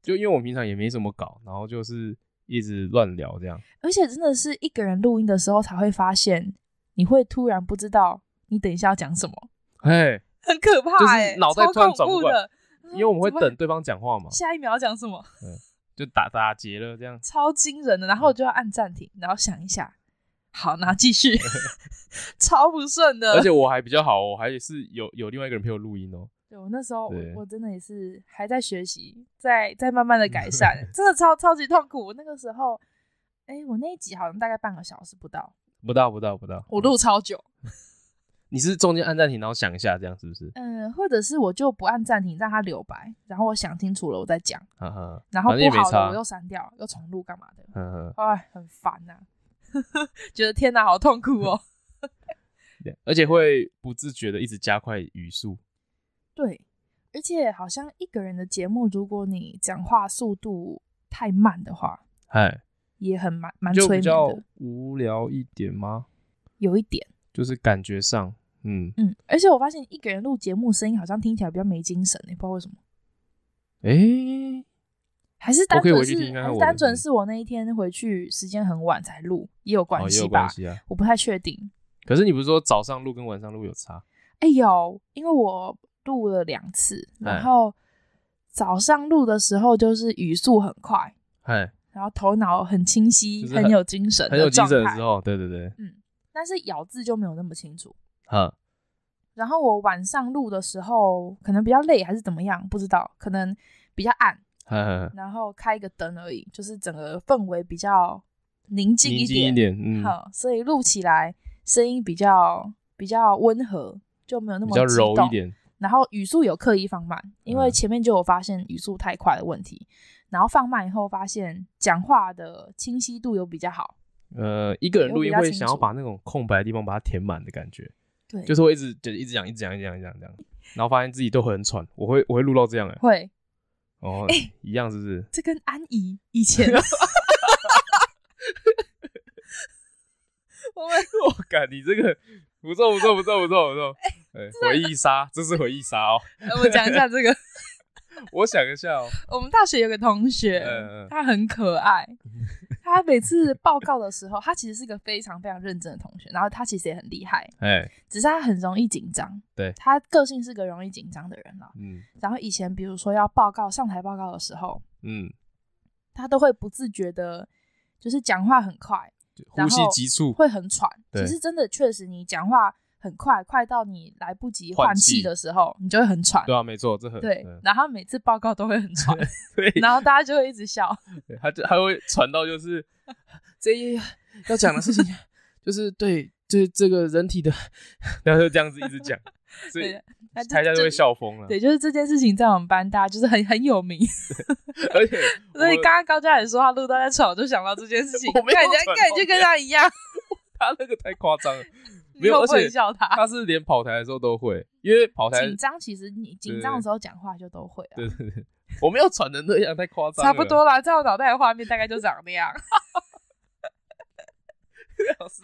就因为我平常也没怎么搞，然后就是一直乱聊这样。
而且真的是一个人录音的时候才会发现，你会突然不知道你等一下要讲什么，
哎，
很可怕、
就是
欸，
脑袋
超
突然
恐
转不
怖
过来
的，嗯
因为我们会
怎么
等对方讲话嘛，
下一秒要讲什么，
就打打结了这样。
超惊人的。然
嗯
后我就要按暂停，然后想一下，好，那继续，
<laughs>
超不顺的。
而且我还比较好，我还是有有另外一个人陪我录音哦。
对我那时候我
对
我真的也是还在学习，在在慢慢的
<laughs>
改善，真的超超级痛苦。我那个时候，哎、我那一集好像大概半个小时不到，
不到不到不到，
我录超久。
你是中间按暂停，然后想一下，这样是不是？
嗯，或者是我就不按暂停，让它留白，然后我想清楚了我再讲，
哈哈，
然后
反正也
不
没
好
差嗯
了我又删掉，又重录干嘛的？
呵呵，
哎，很烦呐、 <laughs> 觉得天哪，好痛苦哦。
对而且会不自觉的一直加快语速。
对，而且好像一个人的节目，如果你讲话速度太慢的话，
哎，
也很蛮蛮
就
催
比
眠
较
的，
无聊一点吗？
有一点。
就是感觉上，嗯，
嗯，而且我发现一个人录节目，声音好像听起来比较没精神、欸，不知道为什么。
诶，哦
还是单
我可以
纯
回去听
是
听看
还是
我的
单
嗯
纯是我那一天回去时间很晚才录，也有
哦
关
也
系
有
吧
关，系啊。
我不太确定。
可是你不是说早上录跟晚上录有差？
哎、有，因为我录了两次，
哎
然后早上录的时候就是语速很快，
哎，
然后头脑很清晰，
就是
很
很
有精神，
很有精神的时
候，
候，对对对，
但是咬字就没有那么清楚。
哈，
然后我晚上录的时候，可能比较累还是怎么样，不知道，可能比较暗，
呵呵
然后开一个灯而已，就是整个氛围比较宁静
宁
一
静一
点，
点，嗯，
好，所以录起来声音比较比较温和，就没有那
比
么
较
激
柔一
动。
点，
然后语速有刻意放慢，因为
嗯
前面就有发现语速太快的问题，然后放慢以后发现讲话的清晰度有比较好。
呃，一个人
也
录
哎会比
音
较
会
清
想要
楚
把那种空白的地方把它填满的感觉，
对，
就是会一直就一直讲，一直讲，一直讲，一直讲，这样，然后发现自己都很喘，我会我会录到这样哎、
会。
哦，
哎
一样是不 <laughs> 是？
这跟安怡以前，
<laughs>
<laughs> 我们
我靠，你这个不错，不错，不错，不错，不错，哎，回忆杀，这是回忆杀哦，
呃我讲一下这个，
我想一下
<laughs>
哦，
我们大学有个同学，
嗯嗯
他很可
<laughs>
爱。他每次报告的时候，他其实是个非常非常认真的同学，然后他其实也很厉害，
哎，
只是他很容易紧张。
对
他个性是个容易紧张的人啦。
嗯
然后以前比如说要报告上台报告的时候，
嗯，
他都会不自觉的，就是讲话很快，
呼
然
吸
后
急促，
会很喘。
对
其实真的确实，你讲话很快，快到你来不及
换
换
气
气的时候，你就会很喘。
对啊，没错，这很
对
嗯，
然后他每次报告都会很喘，
对，
然后大家就会一
<laughs>
直笑。
对他就他会传到就是
<laughs>
这一要讲的事情，就是对这这个人体的，然后就这样子一直
<laughs>
讲，所以
对，那就
大家就会。笑疯了
就。对，就是这件事情在我们班，大家就是很很有名。
而且我，
所以刚刚高嘉也说他录到在吵，我就想到这
<laughs>
件事情。
我没有
看人家
喘
看你就跟他一样，
他那个太夸张了，
你
<laughs> 没有，
会
而
不会
且
笑 <laughs> 他？
他是连跑台的时候都会，因为跑台
紧张，其实你紧张的时候讲话就都会啊。
对对对，我没有喘的那样，太夸张，
差不。
<laughs>
多啦，在我脑袋的画面大概就长那样，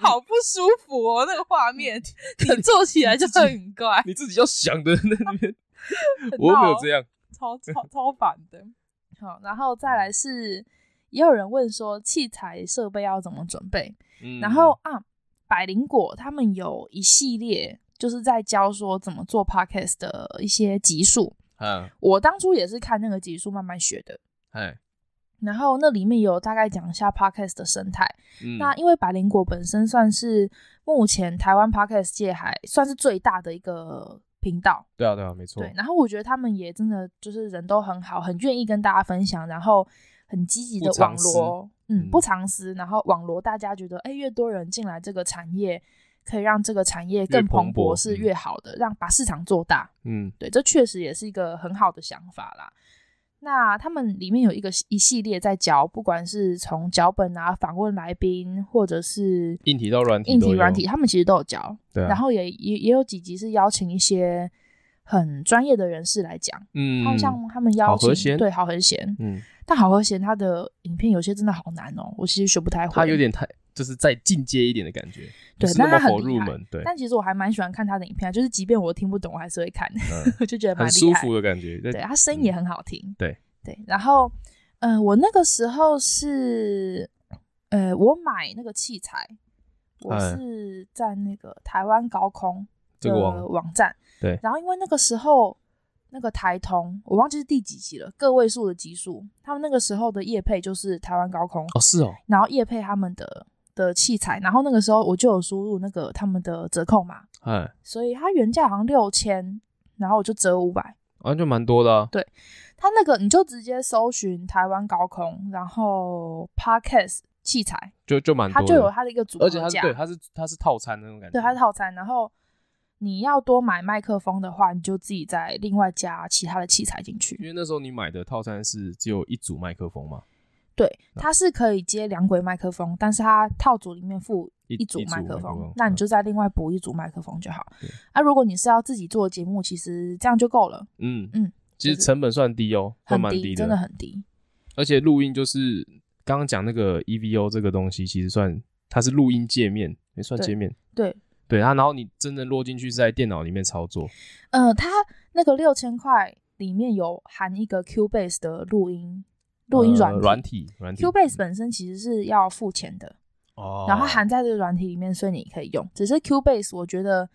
好不舒服哦，那个
<laughs>
画面，你做起来就很怪，
你自己要想的那
<laughs>
里面，
很
我又没有
闹
这样。
超超超烦的。好，然后再来是，也有人问说器材设备要怎么准备，
嗯
然后啊，百灵果他们有一系列就是在教说怎么做 podcast 的一些集数，
嗯，
我当初也是看那个集数慢慢学的。
哎，
然后那里面有大概讲一下 podcast 的生态，
嗯
那因为百灵果本身算是目前台湾 podcast 界还算是最大的一个频道，
对啊对啊，没错
对。，然后我觉得他们也真的就是人都很好，很愿意跟大家分享，然后很积极的
不
网
藏私
罗，
嗯
嗯，不藏私，然后网罗大家觉得，哎，越多人进来这个产业，可以让这个产业更
蓬
蓬
勃
勃是
嗯
越好的，让把市场做大。
嗯
对，这确实也是一个很好的想法啦。那他们里面有一个一系列在教，不管是从脚本啊、访问来宾，或者是
硬体到软体
硬
都
体、
有
软体，他们其实都有教。
对啊，
然后也也也有几集是邀请一些很专业的人士来讲，
嗯
他们像他们邀
好和
请
弦
对好和弦，
嗯，
但好和弦他的影片有些真的好难哦，我其实学不太会。
他有，点太就是再进阶一点的感觉，不
对
是那
但
么
他很
好入
厉害
门，对，
但其实我还蛮喜欢看他的影片啊，就是即便我听不懂，我还是会看， <laughs>
<laughs> 嗯，
我就觉得蛮
很
厉害
舒服的感觉，
对，啊
对，嗯
他声音也很好听。
对
对，然后，呃，我那个时候是，呃，我买那个器材，我
哎
是在那个台湾高空
这
的
个网
网站。
对
然后因为那个时候那个台通，我忘记是第几集了，个位数的集数，他们那个时候的业配就是台湾高空，
哦是哦，
然后业配他们的的器材，然后那个时候我就有输入那个他们的折扣码，
哎，
所以它原价好像六千，然后我就折五百。
啊就蛮多的啊，
它那个你就直接搜寻台湾高空，然后 podcast 器材，
就就蛮
它
多的，
就有它的一个组合
而且它是
价，
对它是它是套餐那种感觉，
对它是套餐。然后你要多买麦克风的话，你就自己再另外加其他的器材进
因
去。
为那时候你买的套餐是只有一组麦克风嘛，
对，它是可以接两轨麦克风，但是它套组里面附
一
一组
一组
麦克
麦克
风
风，嗯
那你就再另外补一组麦克风就好
对。
啊，如果你是要自己做节目，其实这样就够了，
嗯
嗯，
其实
就是
成本算低哦，算
很
蛮的
低，真的，很低。
而且录音就是刚刚讲那个 EVO 这个东西，其实算它是录音界面，也算
对
界面，
对，
对它，然后你真的落进去是在电脑里面操作，
呃，它那个六千块里面有含一个 Cubase 的录音录音软
呃
体。
软体软体
Cubase 本身其实是要付钱的，
哦，
然后它含在这个软体里面，所以你可以用。只是 Cubase 我觉得，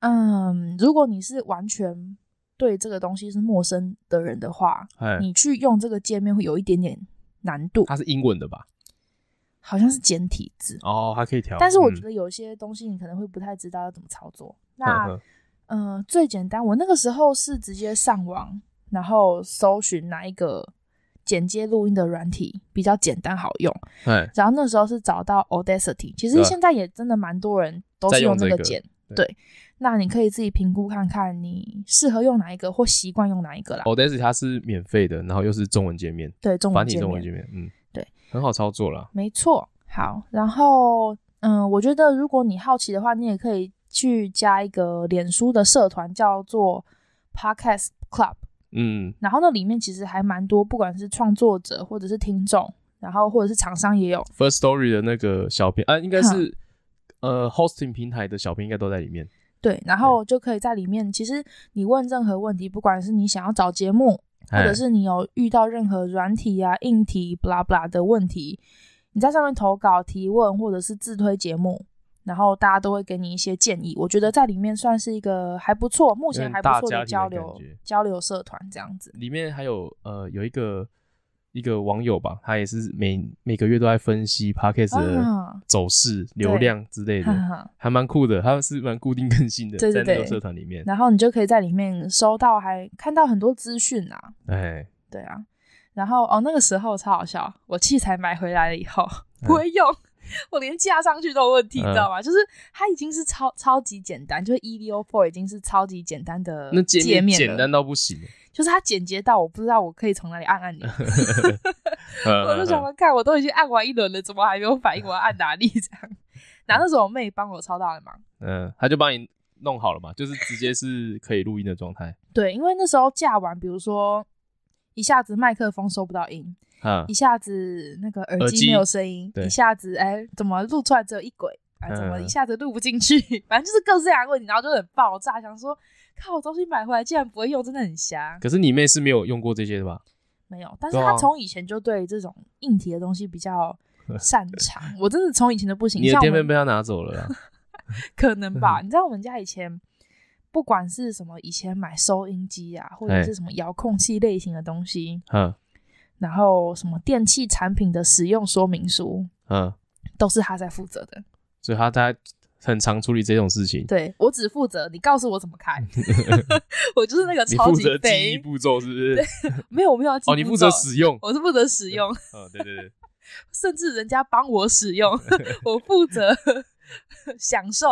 嗯，如果你是完全对这个东西是陌生的人的话，
哎啊
你去用这个界面会有一点点难度，
它是英文的吧？
好像是简体字。
哦，还可以调。
但是我
嗯
觉得有些东西你可能会不太知道要怎么操作。
呵
那
呵
嗯、呃，最简单，我那个时候是直接上网，然后搜寻哪一个剪接录音的软体比较简单好用。
哎，
然后那时候是找到 Audacity，其实
对啊
现在也真的蛮多人都
在
是
用
那
这
个
个
剪。
对
对，那你可以自己评估看看你适合用哪一个或习惯用哪一个啦。
Audacity 它是免费的，然后又是中文界面，
对，中
哦繁
文
体
界
中
面
文。界面，嗯，
对，
很好操作啦。
没错。好，然后嗯，我觉得如果你好奇的话，你也可以去加一个脸书的社团，叫做 Podcast Club。
嗯，
然后那里面其实还蛮多，不管是创作者或者是听众，然后或者是厂商也有。
First Story 的那个小编啊，应该是呃 hosting 平台的小编应该都在里面。
对，然后就可以在里面，其实你问任何问题，不管是你想要找节目，或者
哎
是你有遇到任何软体啊、硬体、blah blah 的问题，你在上面投稿、提问或者是自推节目，然后大家都会给你一些建议。我觉得在里面算是一个还不错，目前还不错
有点大家庭的
交
感
流
觉
交流社团这样子。
哎里面还有呃有一个一个网友吧，他也是每每个月都在分析 podcast
啊
的走势、流量之
<laughs>
类
哈
的，
哈哈，
还蛮酷的。他是蛮固定更新的，
对对
在那个
对
社团里面，
然后你就可以在里面收到，还看到很多资讯啊，
哎，
对啊。然后哦，那个时候超好笑，我器材买回来了以后
嗯
<laughs> 不会用，我连架上去都有问题，你知道吗？就是它已经是超超级简单，就是 EVO Four 已经是超级简单的
那界
界
面
面
简
了，
单到不
<laughs>
行。
就是它简洁到我不知道我可以从哪里按
<laughs>
按钮，我
我
就想说，看我都已经按完一轮了，怎么还没有反应我要按哪里这样？然后那时候我妹帮我超大的忙，
嗯，他就帮你弄好了嘛，就是直接是可以录音的状态。
对，因为那时候架完，比如说一下子麦克风收不到音，
啊
一，下子那个耳
耳
机
机
没有声音，
对
一下子哎怎么录出来只有一轨啊？
嗯
怎么一下子录不进去？ <laughs> 反正就是各式各样的问题，然后就很爆炸，想说靠，我东西买回来竟然不会用，真的很瞎。
可是你妹是没有用过这些的吧？
没有，但是
对
他
啊
从以前就对这种硬体的东西比
<laughs>
较擅长，我真的从以前就不行。
你的嗯
像我
天分
们
被他拿走了啦。啊
可能吧，你知道我们家以前。不管是什么，以前买收音机啊，或者
哎
是什么遥控器类型的东西，
嗯
然后什么电器产品的使用说明书，
嗯，
都是他在负责的。
所以他他很常处理这种事情。
对我只负责你告诉我怎么
<laughs>
开，我就是那个
你
超
负
级
责记忆
肥，
步骤是不是？
没有我没有要记
哦，你
步
负责
骤
使
<laughs>
用。
我是负责使用，
嗯，对对对，
甚至人家帮我使
<laughs>
用，我负责享受。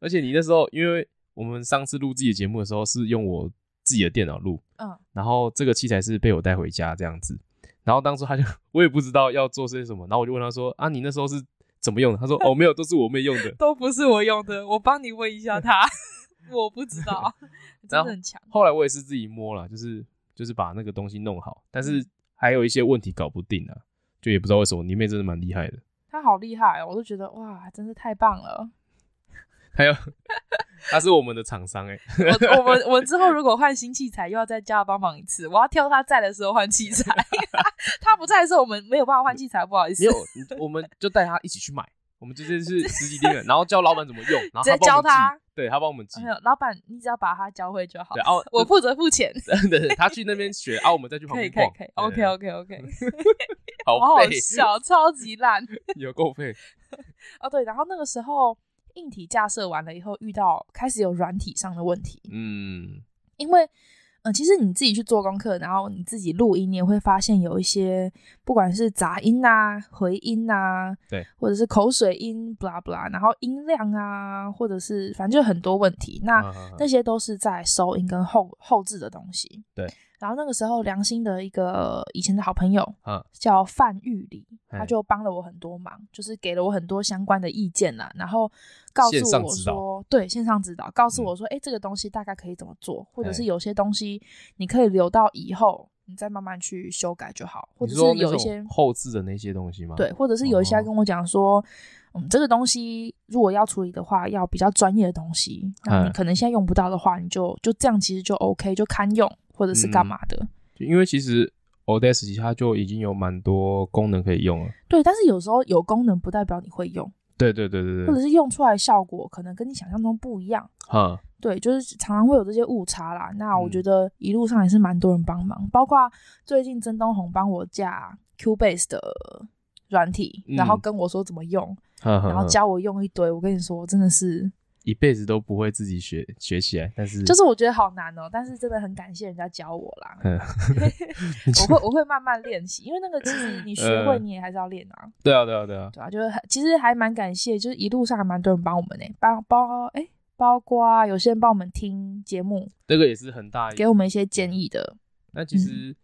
而且你那时候，因为我们上次录自己的节目的时候是用我自己的电脑录，
嗯，
然后这个器材是被我带回家这样子。然后当初他就我也不知道要做些什么，然后我就问他说：“啊，你那时候是怎么用的？”他说：“
<laughs>
哦，没有，都是我妹用的。
都不是我用的，我帮你问一下
<laughs>
他，我不知道，真
然
的
后
很强”。
后来我也是自己摸了，就是就是把那个东西弄好，但是还有一些问题搞不定啊，就也不知道为什么。你妹真的蛮厉害的，
他好厉害哦，我都觉得哇，真是太
<laughs>
棒了。
还有 <laughs> 她是我们的厂商
<laughs>
哎、
我我们我们之后如果换新器材，又要再叫他帮忙一次。我要挑他在的时候换器材， <laughs> 他不在的时候我们没有办法换器材，不好意思
没。有，我们就带他一起去买，我们直接
<laughs>
是十几天的，然后教老板怎么用，然后
直接
他帮我们
教他
记，对他帮我们记
没，有，哎老板，你只要把它教会就好
对，。啊然后
我负责付钱，
对 <laughs> 对，对他去那边学，然后我们再去旁
可以
边
可以
逛，
可以
对
，OK OK
<laughs>
OK，好
好
好
费，
笑，超级烂
<laughs> 有够费，
哦。对，然后那个时候硬体架设完了以后，遇到开始有软体上的问题，
嗯，
因为嗯、呃其实你自己去做功课，然后你自己录音，你也会发现有一些不管是杂音啊、回音啊，
对，
或者是口水音，blah blah，然后音量啊，或者是反正就很多问题。那、
啊啊啊
那些都是在收音跟后后置的东西。
对。
然后那个时候，良心的一个以前的好朋友
啊
叫范玉礼，他
哎
就帮了我很多忙，就是给了我很多相关的意见啦，然后告
线
诉
上
我
指导
说，对线上指导，告诉
嗯
我说，哎、这个东西大概可以怎么做，或者
哎
是有些东西你可以留到以后你再慢慢去修改就好，或
你
者
说
是
那
有一
种
些
后置的那些东西吗？
对，，或者是有一些他
哦
跟我讲说，嗯，这个东西如果要处理的话，要比较专业的东西，那你
嗯
可能现在用不到的话，你就就这样其实就 OK，就堪用或者是
嗯
干嘛的。
就因为其实 Audacity 它就已经有蛮多功能可以用了，
对，但是有时候有功能不代表你会用，
对对对对
或
对
者，是用出来效果可能跟你想象中不一样。
哈，
对，就是常常会有这些误差啦。那我
嗯
觉得一路上也是蛮多人帮忙，包括最近曾东红帮我架 Cubase 的软体，然后
嗯
跟我说怎么用，
然
然后教我用一堆。我跟你说，真的是
一辈子都不会自己学学起来，但是
就是我觉得好难哦，但是真的很感谢人家教我
<laughs>
啦。
嗯
我会我会慢慢练习，因为那个其实你学
呃
会你也还是要练啊，
对啊对啊对啊，
对啊，就是很其实还蛮感谢，就是一路上还蛮多人帮我们呢、包包哎、包括有些人帮我们听节目，
这个也是很大一
给我们一嗯些建议的。
那其实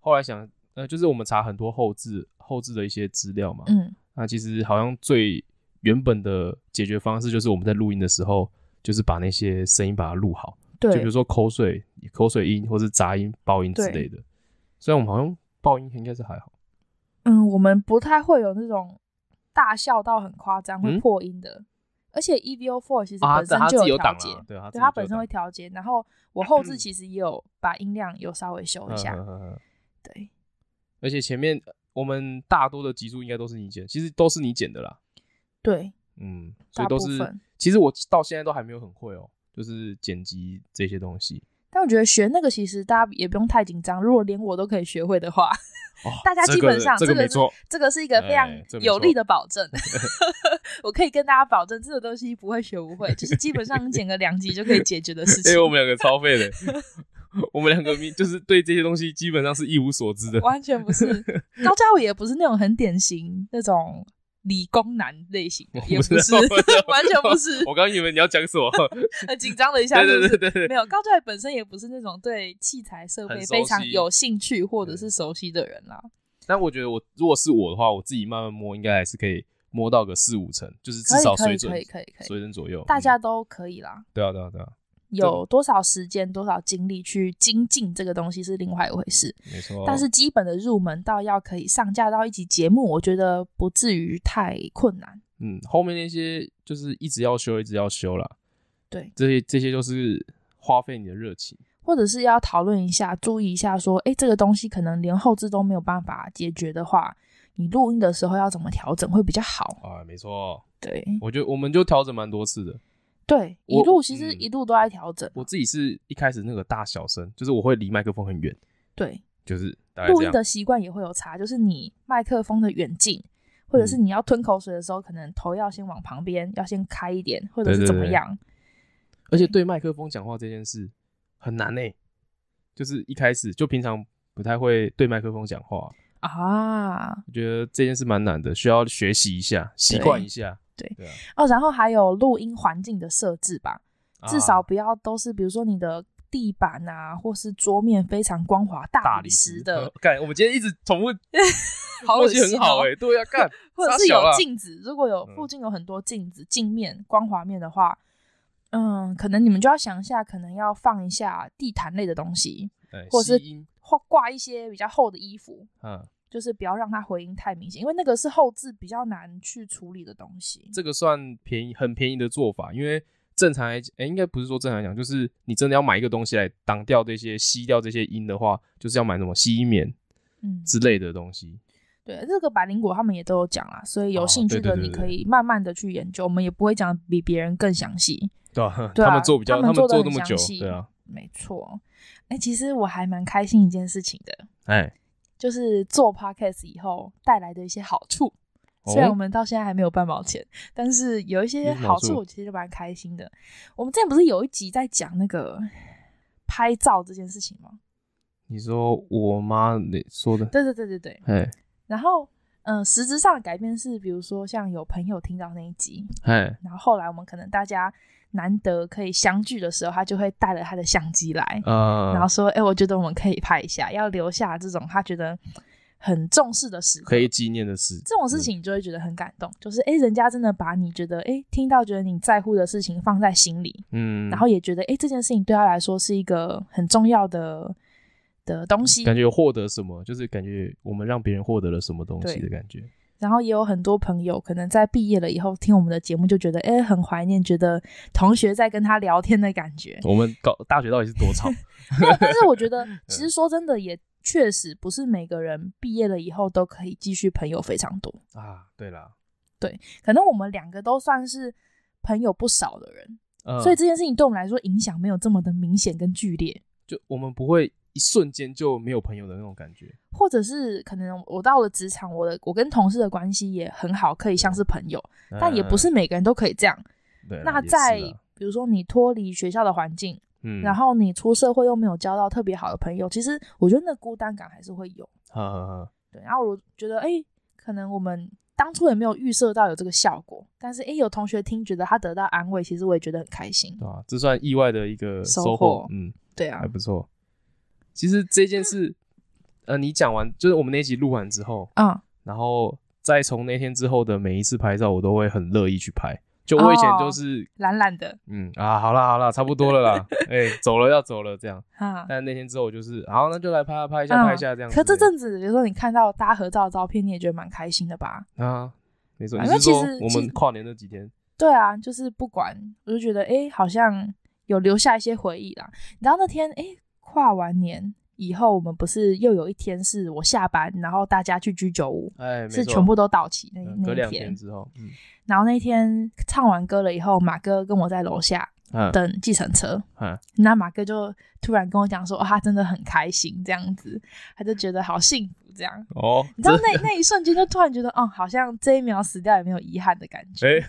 后来想，呃，就是我们查很多后置后置的一些资料嘛，
嗯，
那其实好像最原本的解决方式就是我们在录音的时候，就是把那些声音把它录好，就比
对
如，说口水、口水音或是杂音、爆音之类的。虽然我们好像爆音应该是还好，
嗯，我们不太会有那种大笑到很夸张会
嗯
破音的，而且 EVO Four 其实
啊，它
本身
它自
就
己有
调
档
节，
啊，对，它自己就
对，
有
它
档
本身会调节。然后我后置其实也有把音量有稍微修一下，
嗯嗯嗯嗯
对，
而且前面呃我们大多的集数应该都是你剪，其实都是你剪的啦，
对，
嗯，所
大
以都
部
是
分。
其实我到现在都还没有很会哦，就是剪辑这些东西。
但我觉得学那个其实大家也不用太紧张，如果连我都可以学会的话， <laughs>
哦
大家基本上
这个
这个
没错，
这个是一个非常
哎这没错
有力的保证。 <laughs> 我可以跟大家保证，这个东西不会学不会，就是基本上你剪个两集就可以解决
<laughs>
的事情
哎因为，我们两个超废的，
<laughs>
我们两个明就是对这些东西基本上是一无所知的。
完全不是。高嘉伟也不是那种很典型那种理工男类型的，也
不
不
知
是
道我不知道，
完全不是。
我刚以为你要讲什么，
很紧张了一下，
对对
是不是？
对对
没
对，
有，高嘉伟本身也不是那种对器材设备
很熟悉
非常有兴趣或者是熟悉的人啦、
但我觉得我如果是我的话，我自己慢慢摸，应该还是可以摸到个四五成，就是至
可以
少
可
水
以
准
可以可以可以
水准左右。
大
嗯
家都可以啦。
对啊对啊对啊，
有多少时间、多少精力去精进这个东西是另外一回事。
没错。
但是基本的入门到要可以上架到一集节目，我觉得不至于太困难。
嗯，后面那些就是一直要修，一直要修啦。
对，
这些这些就是花费你的热情。
或者是要讨论一下，注意一下，说，哎，这个东西可能连后置都没有办法解决的话，你录音的时候要怎么调整会比较好？
啊，没错，
对
我觉得我们就调整蛮多次的。
对，
我
一路其实
嗯
一路都在调整。
我自己是一开始那个大小声，就是我会离麦克风很远，
对，
就是大概
录
这
音
样。
的习惯也会有差，就是你麦克风的远近，或者是
嗯
你要吞口水的时候，可能头要先往旁边，要先开一点，或者
对
是
对
怎么
对
样。
而且对麦克风讲话这件事很难呢、欸就是一开始就平常不太会对麦克风讲话，
啊，
我觉得这件事蛮难的，需要学习一下，习惯一下。
对
对啊
哦，然后还有录音环境的设置吧，至
啊
少不要都是比如说你的地板啊，或是桌面非常光滑、
大
大
理
理
石
石的，
干，我们今天一直重复，
好
<laughs> 默
恶
契
心
很好
哦
哎、对啊，干，
或者
傻
是
小
有
啦
镜子，如果有
嗯
附近有很多镜子、镜面、光滑面的话，嗯，可能你们就要想一下，可能要放一下地毯类的东西，
哎
<laughs> 或者是
吸音
或挂一些比较厚的衣服。
嗯，
就是不要让它回音太明显，因为那个是后置比较难去处理的东西。
这个算便宜，很便宜的做法，因为正常来讲，哎、应该不是说正常来讲，就是你真的要买一个东西来挡掉这些、吸掉这些音的话，就是要买什么吸音棉
嗯，
之类的东西。
对，这个百灵果他们也都有讲啦，所以
哦
有兴趣
对
的
对对
你
对
可以慢慢的去研究，我们也不会讲比别人更详细。
对啊，
对啊
他们做比较，他
他们
们
做得
做那
很
么久
详，细
对啊，
没错，哎、其实我还蛮开心一件事情的，
哎，
就是做 podcast 以后带来的一些好处。
哦
虽然我们到现在还没有半毛钱，但是有一些
有什么好
好
处
处，我其实蛮开心的。我们之前不是有一集在讲那个拍照这件事情吗？
你说我妈那说的，
对对对对对。
哎
然后，嗯、实质上的改变是，比如说像有朋友听到那一集，
哎，
然后后来我们可能大家难得可以相聚的时候，他就会带了他的相机来，
呃
然后，说：“哎、我觉得我们可以拍一下，要留下这种他觉得很重视的时刻。”
可以嗯纪念的事，
这种事情，你就会觉得很感动，就是哎、人家真的把你觉得哎、听到觉得你在乎的事情放在心里，
嗯，
然后也觉得哎、这件事情对他来说是一个很重要的的东西。
感觉有获得什么，就是感觉我们让别人获得了什么东西的
对
感觉。
然后也有很多朋友可能在毕业了以后听我们的节目，就觉得哎、很怀念，觉得同学在跟他聊天的感觉。
我们高大学到底是多吵？ <laughs>
没有，但是我觉得，
嗯
其实说真的，也确实不是每个人毕业了以后都可以继续朋友非常多。
啊，对啦，
可能我们两个都算是朋友不少的人，
嗯
所以这件事情对我们来说影响没有这么的明显跟剧烈，
就我们不会一瞬间就没有朋友的那种感觉。
或者是可能我到了职场，我的我跟同事的关系也很好，可以像是朋友，但也不是每个人都可以这样。
嗯对啦，
那
也是
在
啦
比如说你脱离学校的环境，
嗯，
然后你出社会又没有交到特别好的朋友，其实我觉得那孤单感还是会有。
呵呵呵，
对，然后我觉得，哎、可能我们当初也没有预设到有这个效果，但是哎、诶有同学听觉得他得到安慰，其实我也觉得很开心。
对啊吧？这算意外的一个
收
收
获
嗯，
对啊
还，不错。其实这件事，呃，你讲完就是我们那一集录完之后，
嗯，
然后再从那天之后的每一次拍照，我都会很乐意去拍。就我以前
哦
就是，
懒懒的
嗯啊，好啦好啦，差不多了啦，哎、走了要走了这样。
啊。
但那天之后，我就是好，那就来拍啊拍一下、
嗯
拍一下这样子。
可这阵子，比如说你看到大家合照的照片，你也觉得蛮开心的吧？
啊，没错，
啊
你
那
是
其
说
实
我
其
们
实
跨年那几天？
对啊，就是不管，我就觉得哎、诶好像有留下一些回忆啦。然后那天哎、诶跨完年以后，我们不是又有一天是我下班，然后大家去居酒屋，
哎，没
是
错
全部都到齐那
嗯
那
隔
一
两
天
天。之后，嗯
然后那天唱完歌了以后，马哥跟我在楼下
嗯
等计程车，
嗯，
那马哥就突然跟我讲说，哦，他真的很开心这样子，他就觉得好幸福这样。
哦，
你知道
这
那那一瞬间就突然觉得，哦，好像这一秒死掉也没有遗憾的感觉，
哎，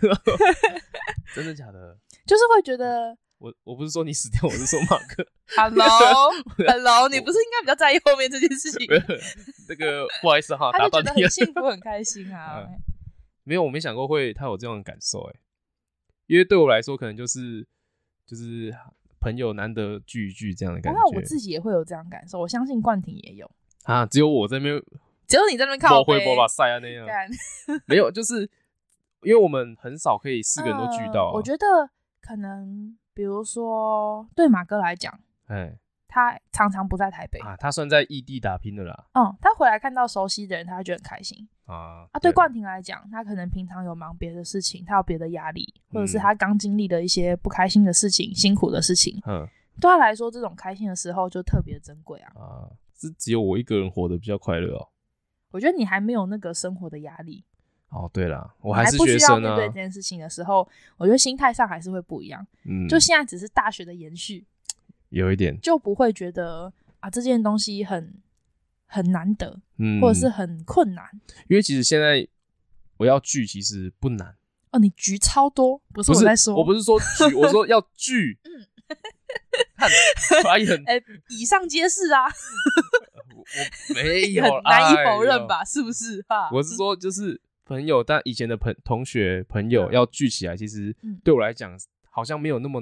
<laughs> 真的假的？
就是会
<laughs>
觉得
我我不是说你死掉，我是说马
<laughs>
克。 <laughs>
，hello，hello，你不是应该比较在意后面这件事情？
这个不好意思哈，
他
打
就觉
断
得
你了嗯
很。幸福、很开心啊。
<laughs> 没有，我没想过会他有这样的感受哎，因为对我来说，可能就是就是朋友难得聚一聚这样的感
然后我
觉
自己也会有这样感受，我相信冠廷也有，
啊。只有我这边
只有你在那边看
不
我
会
背
不把赛啊那样，
干
没有，就是因为我们很少可以四个人都聚到啊。
嗯我觉得可能，比如说对马哥来讲，
哎
他常常不在台北，
啊，他算在异地打拼的啦
嗯，他回来看到熟悉的人，他会觉得很开心
啊
啊。对冠廷来讲，他可能平常有忙别的事情，他有别的压力，或者
嗯
是他刚经历的一些不开心的事情、辛苦的事情，
嗯
对他来说，这种开心的时候就特别珍贵啊。
<laughs> 啊，是只有我一个人活得比较快乐哦。
我觉得你还没有那个生活的压力，
哦，对啦，我
我
还是
不需
学
要
生
面
啊
对，这件事情的时候，我觉得心态上还是会不一样。
嗯，
就现在只是大学的延续，
有一点，
就不会觉得啊这件东西很很难得，
嗯，
或者是很困难。
因为其实现在我要聚其实不难，
哦，你局超多，不是
不
我
是
在说，
我不
是。
是说聚，我说要
<laughs>
聚，嗯，看白眼，
哎、以上皆是啊，
我我没有，
<laughs> 很难以
哎
否认
呦？
吧？是不是哈？
我是说就是朋友，但以前的朋同学朋友
嗯
要聚起来，其实
嗯
对我来讲好像没有那么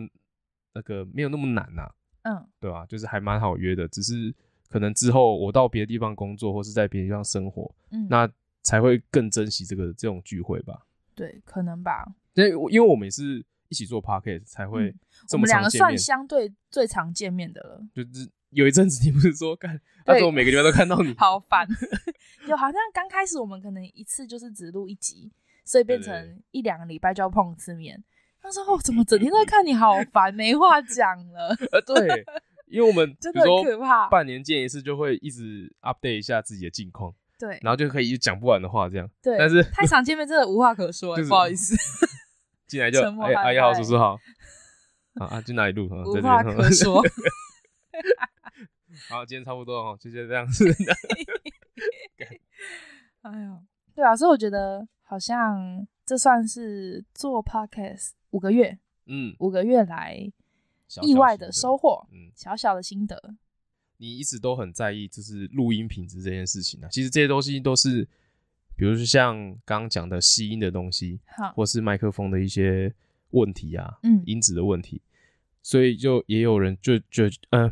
那个没有那么难啊呐、
嗯，
对吧、就是还蛮好约的，只是可能之后我到别的地方工作，或是在别的地方生活，
嗯
那才会更珍惜这个这种聚会吧。
对，可能吧。
因为因为我们也是一起做 podcast 才会
嗯
这
我
么
们两
常
个
见
算
面，
相对最常见面的了，
就是有一阵子你不是说干，他
对
说我每个地方都看到你，
好烦。 <laughs> 就好像刚开始我们可能一次就是只录一集，所以变
对对对
成一两个礼拜就要碰一次面。那
<laughs>
时候我怎么整天都在看你，好烦，没话讲了， <laughs>
呃对，因为我们比
真
如
的
说
很可怕。
半年见一次，就会一直 update 一下自己的近况，
对，
然后就可以讲不完的话这样，
对，
但是
太常见面真的无话可
<laughs>
说、欸
就是
不好意思，
进来就
沉默
哎
拜
阿姨好，
拜
叔叔
<laughs>
好，啊啊去哪里录？啊
无
在
话
这边 <laughs>
可。说。
好，今天差不多哦，就先这样子。 <laughs>
哎呦，对啊，所以我觉得好像这算是做 podcast 五个月，
嗯，
五个月来
小
意外的
小心
收获，
嗯，
小小的心得。
你一直都很在意就是录音品质这件事情啊。其实这些东西都是，比如说像刚刚讲的吸音的东西，
好，
或是麦克风的一些问题啊，
嗯
音质的问题，所以就也有人就就嗯、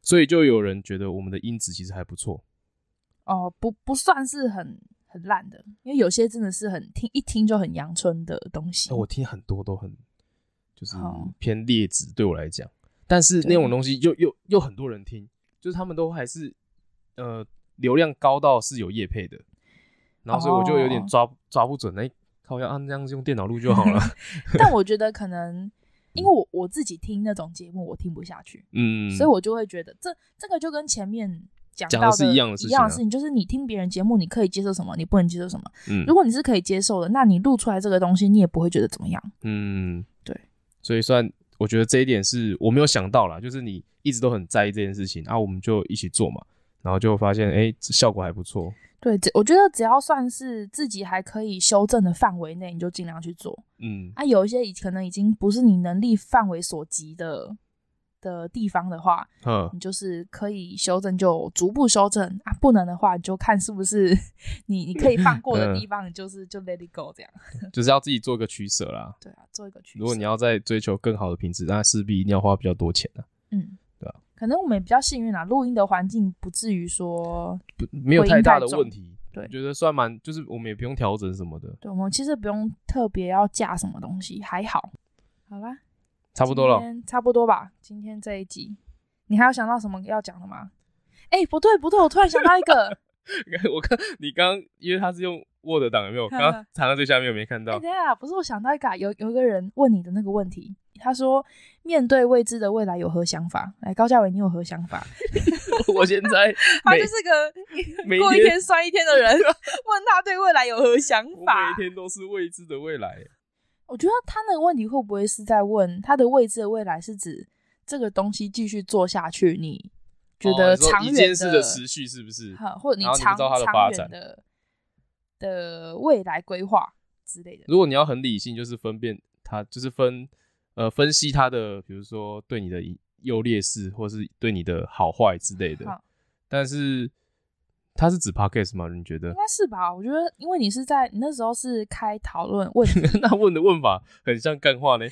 所以就有人觉得我们的音质其实还不错。
哦，不不算是很很烂的，因为有些真的是很听一听就很阳春的东西。
那哦我听很多都很就是
好
偏劣质，对我来讲，但是
对
那种东西又又又很多人听，就是他们都还是呃流量高到是有业配的，然后所以我就有点
哦
抓、抓不准，哎、靠要按这样子用电脑录就好
<laughs>
了，
但我觉得可能因为我我自己听那种节目，我听不下去。
嗯，
所以我就会觉得这这个就跟前面讲
讲
到
的是
一
一样的事情啊
情，就是你听别人节目，你可以接受什么，你不能接受什么。
嗯
如果你是可以接受的，那你录出来这个东西，你也不会觉得怎么样。
嗯
对，
所以算我觉得这一点是我没有想到啦，就是你一直都很在意这件事情啊，我们就一起做嘛，然后就发现哎、效果还不错，
对，只我觉得只要算是自己还可以修正的范围内，你就尽量去做。
嗯，
啊，有一些已可能已经不是你能力范围所及的的地方的话，
哼，
你就是可以修正就逐步修正啊，不能的话你就看是不是 <laughs> 你你可以放过的
嗯
地方，你就是就 let it go 这样。
就是要自己做个取舍啦。
对啊，做一个取舍。
如果你要再追求更好的品质，那势必一定要花比较多钱啊。
嗯，
对啊，
可能我们也比较幸运啦，录音的环境不至于说，
不没有太大的问题。
对
我觉得算蛮，就是我们也不用调整什么的，
对我们其实不用特别要架什么东西，还好。好啦，
差不多了
今。天差不多吧。今天这一集，你还有想到什么要讲的吗？哎、不对不对，我突然想到一个，
<laughs> <laughs> 我看你刚刚，因为他是用 Word 档，有
<laughs>
没有？刚刚藏在最下面，我没看
哎、
到。
等一下，不是我想到一个啊，有有一个人问你的那个问题，他说面对未知的未来有何想法？来，高嘉伟，你有何想法？
我现在
<laughs> 他
每
就是
每一
个过一
天
天算一天的人， <laughs> 问他对未来有何想
我
法
每？天都是未知的未来。
我觉得他那个问题会不会是在问他的未知的未来是指这个东西继续做下去，你觉
哦
得
你说
长
一
远
件事的持续是不是？
好，或者你
然后你不
长
知道它的发
长
展
远的的未来规划之类的？
如果你要很理性，就是分辨它，就是分呃分析它的，比如说对你的优劣势，或是对你的好坏之类的
好。
但是它是指 podcast 吗？你觉得 <laughs>
应？该是吧？我觉得，因为你是在你那时候是开讨论问题
那问的问法很像干话呢。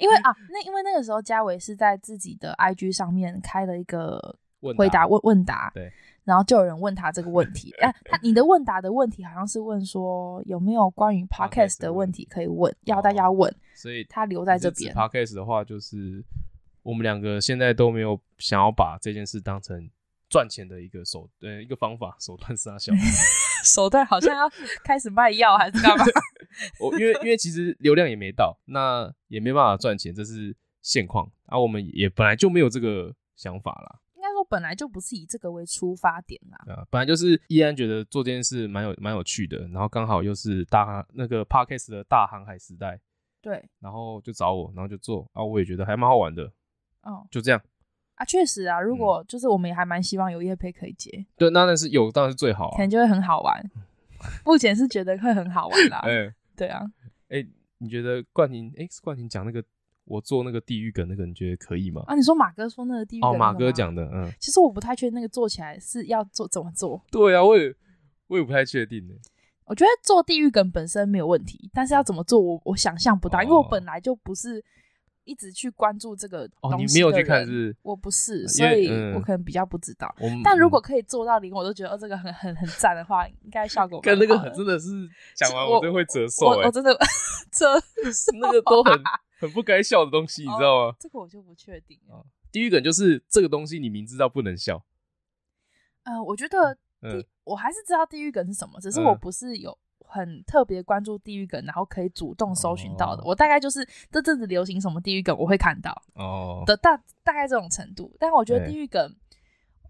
因为啊，那因为那个时候嘉伟是在自己的 IG 上面开了一个
问
回答
答
问问答，
对，
然后就有人问他这个问题，啊，他你的问答的问题好像是问说有没有关于
Podcast
podcast
的
的
问
问
题
题可以问，要大家问，
所以
他留在这边
你是指 podcast 的话，就是我们两个现在都没有想要把这件事当成赚钱的一个手呃一个方法手段撒
<laughs>
小。
<laughs> 手段
<laughs>
好像要开始卖药还是干嘛？
我因为因为其实流量也没到，那也没办法赚钱，这是现况。啊，我们也本来就没有这个想法啦，
应该说本来就不是以这个为出发点啦，
啊，本来就是依然觉得做这件事蛮有蛮有趣的，然后刚好又是大航那个 podcast 的大航海时代，
对，
然后就找我，然后就做啊，我也觉得还蛮好玩的，
哦
就这样。
啊，确实啊，
嗯
如果就是我们也还蛮希望有业配可以接，
对，那那是有当然是最好、
可
啊
能。就会很
<laughs>
好玩。目前是觉得会很好玩啦，
哎、
对啊，
你觉得冠廷哎、是冠廷讲那个我做那个地狱梗那个，你觉得可以吗？
啊，你说马哥说那个地狱
哦，
梗
马
那个
哥
吗
讲的，嗯，
其实我不太确定那个做起来是要做怎么做。
对啊，我也我也不太确定呢。
我觉得做地狱梗本身没有问题，但是要怎么做我，我想象不到，因为我
哦
本来就不是一直去关注这个
哦，你
东西
没有
的
去看
人
是不是？
我不是，
因
所
为
以
嗯
我可能比较不知道。
我们
但如
嗯
果可以做到零，我都觉得哦，这个很很很赞的话，应该效果
嗯跟那个
蛮好
很
的
真的
<laughs>
是讲完
我
我就会折寿
我
哎、
我真的 <laughs> 这
那个都很很不该笑的东西，你知道吗？
这个我就不确定
哦
了。
第一梗就是这个东西，你明知道不能笑，
呃，我觉得地、
嗯
我还是知道地狱梗是什么，只是我
嗯
不是有很特别关注地狱梗，然后可以主动搜寻到的。
哦
我大概就是这阵子流行什么地狱梗，我会看到
哦，
的大大概这种程度。但我觉得
对
地狱梗，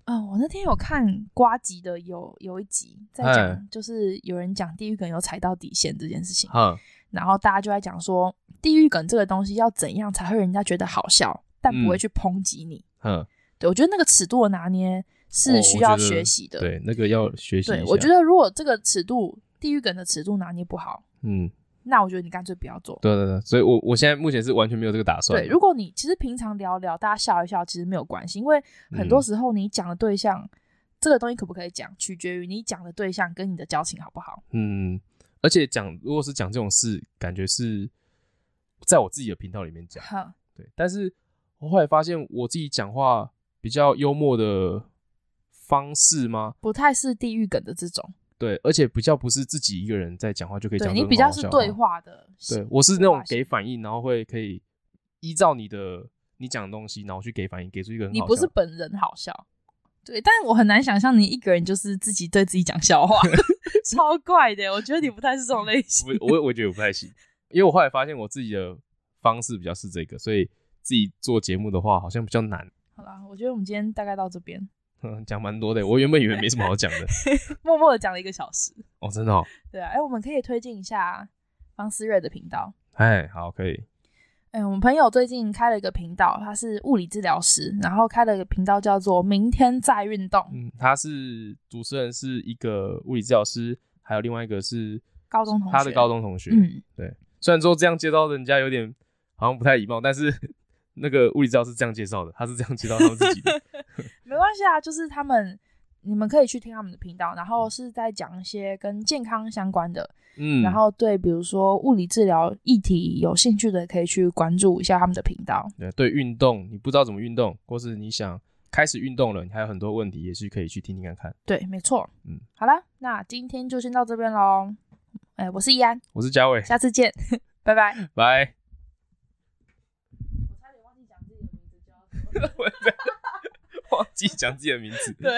嗯、我那天有看瓜吉的有有一集在
哎
讲，就是有人讲地狱梗有踩到底线这件事情，
哈，
然后大家就在讲说地狱梗这个东西要怎样才会人家觉得好笑，但不
嗯
会去抨击你。
哼，
对我觉得那个尺度的拿捏
哦
是
我
需
觉
要
得
学习的。
对，那个要学习一下。
对，我觉得如果这个尺度地狱梗的尺度拿捏不好，
嗯，
那我觉得你干脆不要做。
对对对，所以我我现在目前是完全没有这个打算。
对，如果你其实平常聊聊，大家笑一笑，其实没有关系，因为很
嗯
多时候你讲的对象，这个东西可不可以讲，取决于你讲的对象跟你的交情好不好。
嗯，而且讲如果是讲这种事，感觉是在我自己的频道里面讲，
哼，
对，但是我后来发现我自己讲话比较幽默的方式吗？
不太是地狱梗的这种，
对，而且比较不是自己一个人在讲话就可以讲
对
出
你
很
比较
好
是
笑的
对，话的。
对我是那种给
型
反应，然后会可以依照你的你讲的东西，然后去给反应，给出一个很
你
好
不
笑
是
的
本人好笑。对，但我很难想象你一个人就是自己对自己讲
<laughs>
笑话，超怪的。我觉得你不太是这种类型。
我我我觉得我不太行，因为我后来发现我自己的方式比较是这个，所以自己做节目的话好像比较难， <laughs>
好啦，我觉得我们今天大概到这边，
讲蛮多的。我原本以为没什么好讲的，
默默的讲了一个小时。
哦，真的哦，
对啊，哎、我们可以推荐一下方思睿的频道。
哎，好，可以，
哎，我们朋友最近开了一个频道，他是物理治疗师，然后开了一个频道叫做“明天再运动”，
嗯，他是主持人是一个物理治疗师，还有另外一个是
高中同学
他的高中同学。
嗯，
虽然说这样介绍人家有点好像不太礼貌，但是 <laughs> 那个物理治疗是这样介绍的，他是这样介绍他们自己
<laughs>
的。
没关系啊，就是他们，你们可以去听他们的频道，然后是在讲一些跟健康相关的，
嗯，
然后对比如说物理治疗议题有兴趣的，可以去关注一下他们的频道。
对对运动，你不知道怎么运动，或是你想开始运动了，你还有很多问题，也是可以去听听看看。
对，没错。
嗯，
好啦，那今天就先到这边喽。哎、我是易安，
我是嘉伟， <laughs>
下次见， <laughs> 拜拜。
拜。
我差点忘记讲自己的名字，叫
<laughs> 忘记讲自己的名字。
对，